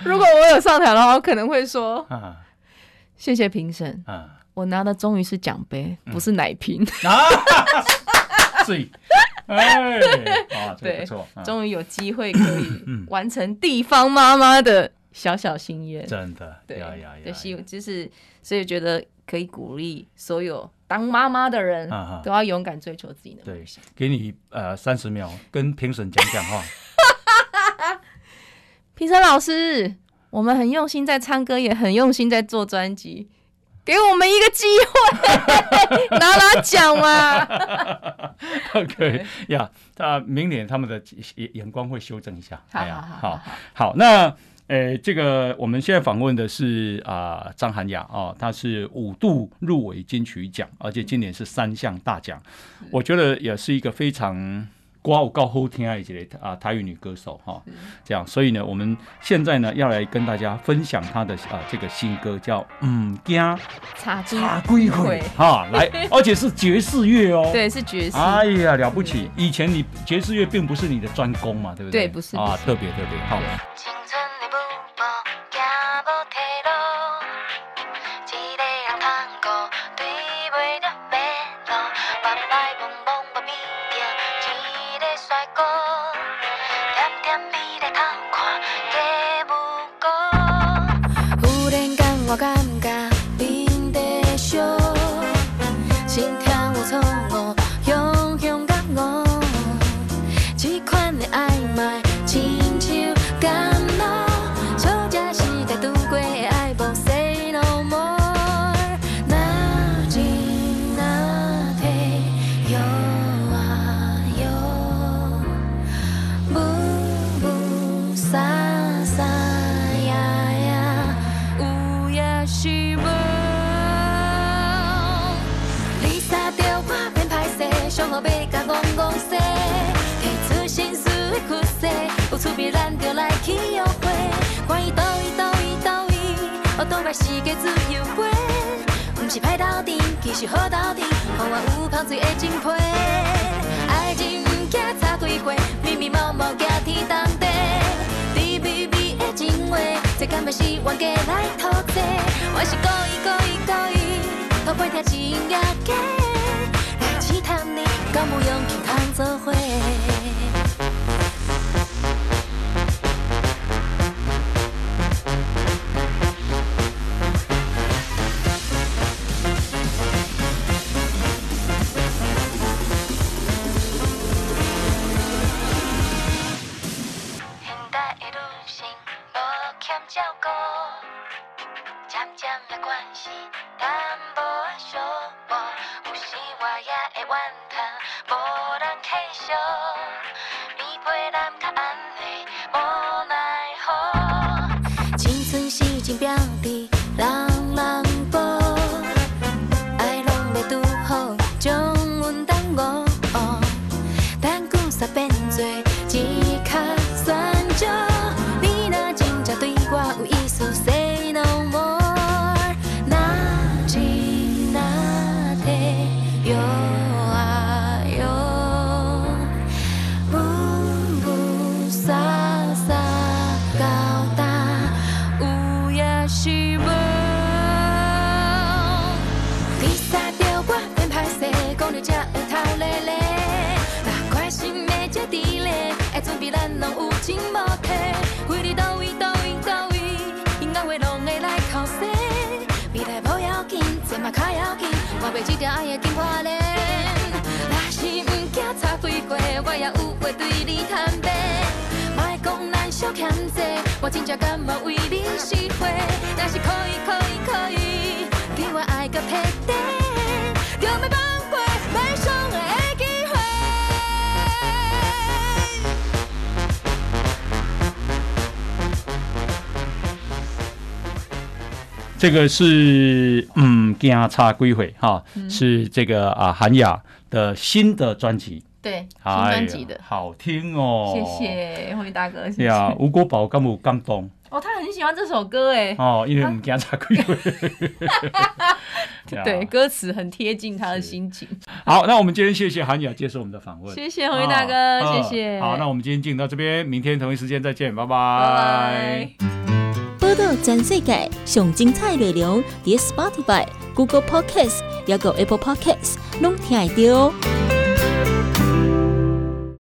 Speaker 3: 如果我有上台的话，我可能会说
Speaker 2: 啊
Speaker 3: 谢谢评审，
Speaker 2: 啊
Speaker 3: 我拿的终于是奖杯，
Speaker 2: 嗯
Speaker 3: 不是奶瓶。
Speaker 2: 啊！ 是，哎，啊，这个不错，啊
Speaker 3: 终于有机会可
Speaker 2: 嗯
Speaker 3: 以完成地方妈妈的小小心愿。
Speaker 2: 真的，
Speaker 3: 对
Speaker 2: 呀呀呀，
Speaker 3: 的希就是，所以觉得可以鼓励所有当妈妈的人
Speaker 2: 啊啊
Speaker 3: 都要勇敢追求自己的梦
Speaker 2: 对
Speaker 3: 想。，
Speaker 2: 给你呃三十秒跟评审讲讲话。
Speaker 3: 评审老师，我们很用心在唱歌，也很用心在做专辑，给我们一个机会， 拿拿奖嘛！
Speaker 2: OK 呀，那明年他们的眼眼光会修正一下。
Speaker 3: 好
Speaker 2: 哎呀
Speaker 3: 好好
Speaker 2: 好好，那呃，这个我们现在访问的是啊、张涵雅哦，她是五度入围金曲奖，而且今年是三项大奖，我觉得也是一个非常。瓜我告后天爱之类啊，台语女歌手哈、这样，所以呢，我们现在呢要来跟大家分享她的啊、这个新歌叫《嗯惊
Speaker 3: 插金
Speaker 2: 大鬼鬼》哈，来，而且是爵士乐哦，
Speaker 3: 对，是爵士。
Speaker 2: 哎呀，了不起！以前你爵士乐并不是你的专攻嘛，对不对？
Speaker 3: 对不是
Speaker 2: 啊
Speaker 3: 不，是
Speaker 2: 特别特别好。
Speaker 4: 青春的舞步，行无退路，一个人探孤，对袂了马路，目屎蒙蒙无边着一个帅哥，点点美丽偷看假无辜。忽然间我感觉面地烧，心跳有错误，汹汹甲我。这款的爱卖，亲像甘露，吵架时代拄过的爱无 say no more。那真那体有啊有，不不撒撒呀呀，有也是无。你杀掉我变歹势，上好要甲戆戆说，提出心思的趋势，有趣味咱就来去约会，看伊倒伊倒伊倒伊，我倒来是个自由飞，毋是歹斗阵，其实好斗阵，互我有芳水的真配，爱情毋惊差几回，密密麻麻惊天动地，甜蜜蜜的情话，这敢要是冤家来讨债，我是故意故意故意。我袂听真硬假，来试探你，敢有勇气通做伙？现代的女性无欠照顾。渐渐的关系，淡薄仔寂寞。有时我也会怨叹，无人继续。你陪咱较安慰，无奈何。青春是真标志，人人无。爱拢要拄好，将阮耽误。等久煞变做一卡酸酒。你若真正对我有意思，Say no more。那真那地哟啊哟，不不撒撒高大，有也是无。你杀掉我变歹势，讲你才会头咧咧。那关心的这地嘞，爱准备咱拢有情无体。为你到位到位到位，因讲话拢会来哭诉。未来无要紧，钱嘛较要紧，我袂这条爱的金花链。若是毋惊差几回，我也有话对你坦白。莫讲咱小欠债，我真正甘愿为你死灰。若是可以可以可以，给我爱个撇底，就要放过悲伤的机会。
Speaker 2: 这个是嗯惊差归回哈，
Speaker 3: 嗯
Speaker 2: 是这个啊韩雅的新的专辑，
Speaker 5: 对，新
Speaker 2: 哎呀
Speaker 5: 专辑的，
Speaker 2: 好听哦，
Speaker 3: 谢。谢辉大哥，谢
Speaker 2: 对
Speaker 3: 谢。
Speaker 2: 啊，吴国宝敢有感 动
Speaker 3: 哦，他很喜欢这首歌哎，
Speaker 2: 哦，因为唔惊差归回。
Speaker 3: 对，
Speaker 2: 呀
Speaker 3: 歌词很贴近他的
Speaker 2: 是
Speaker 3: 心情。
Speaker 2: 好，那我们今天谢谢韩雅接受我们的访问，
Speaker 3: 谢谢辉大哥，
Speaker 2: 啊
Speaker 3: 谢谢。
Speaker 2: 好，那我们今天进行到这边，明天同一时间再见，拜
Speaker 3: 拜拜。
Speaker 4: 到全世界上精彩内容，伫 Spotify、Google Podcast，还有 Apple Podcast，拢听得到哦。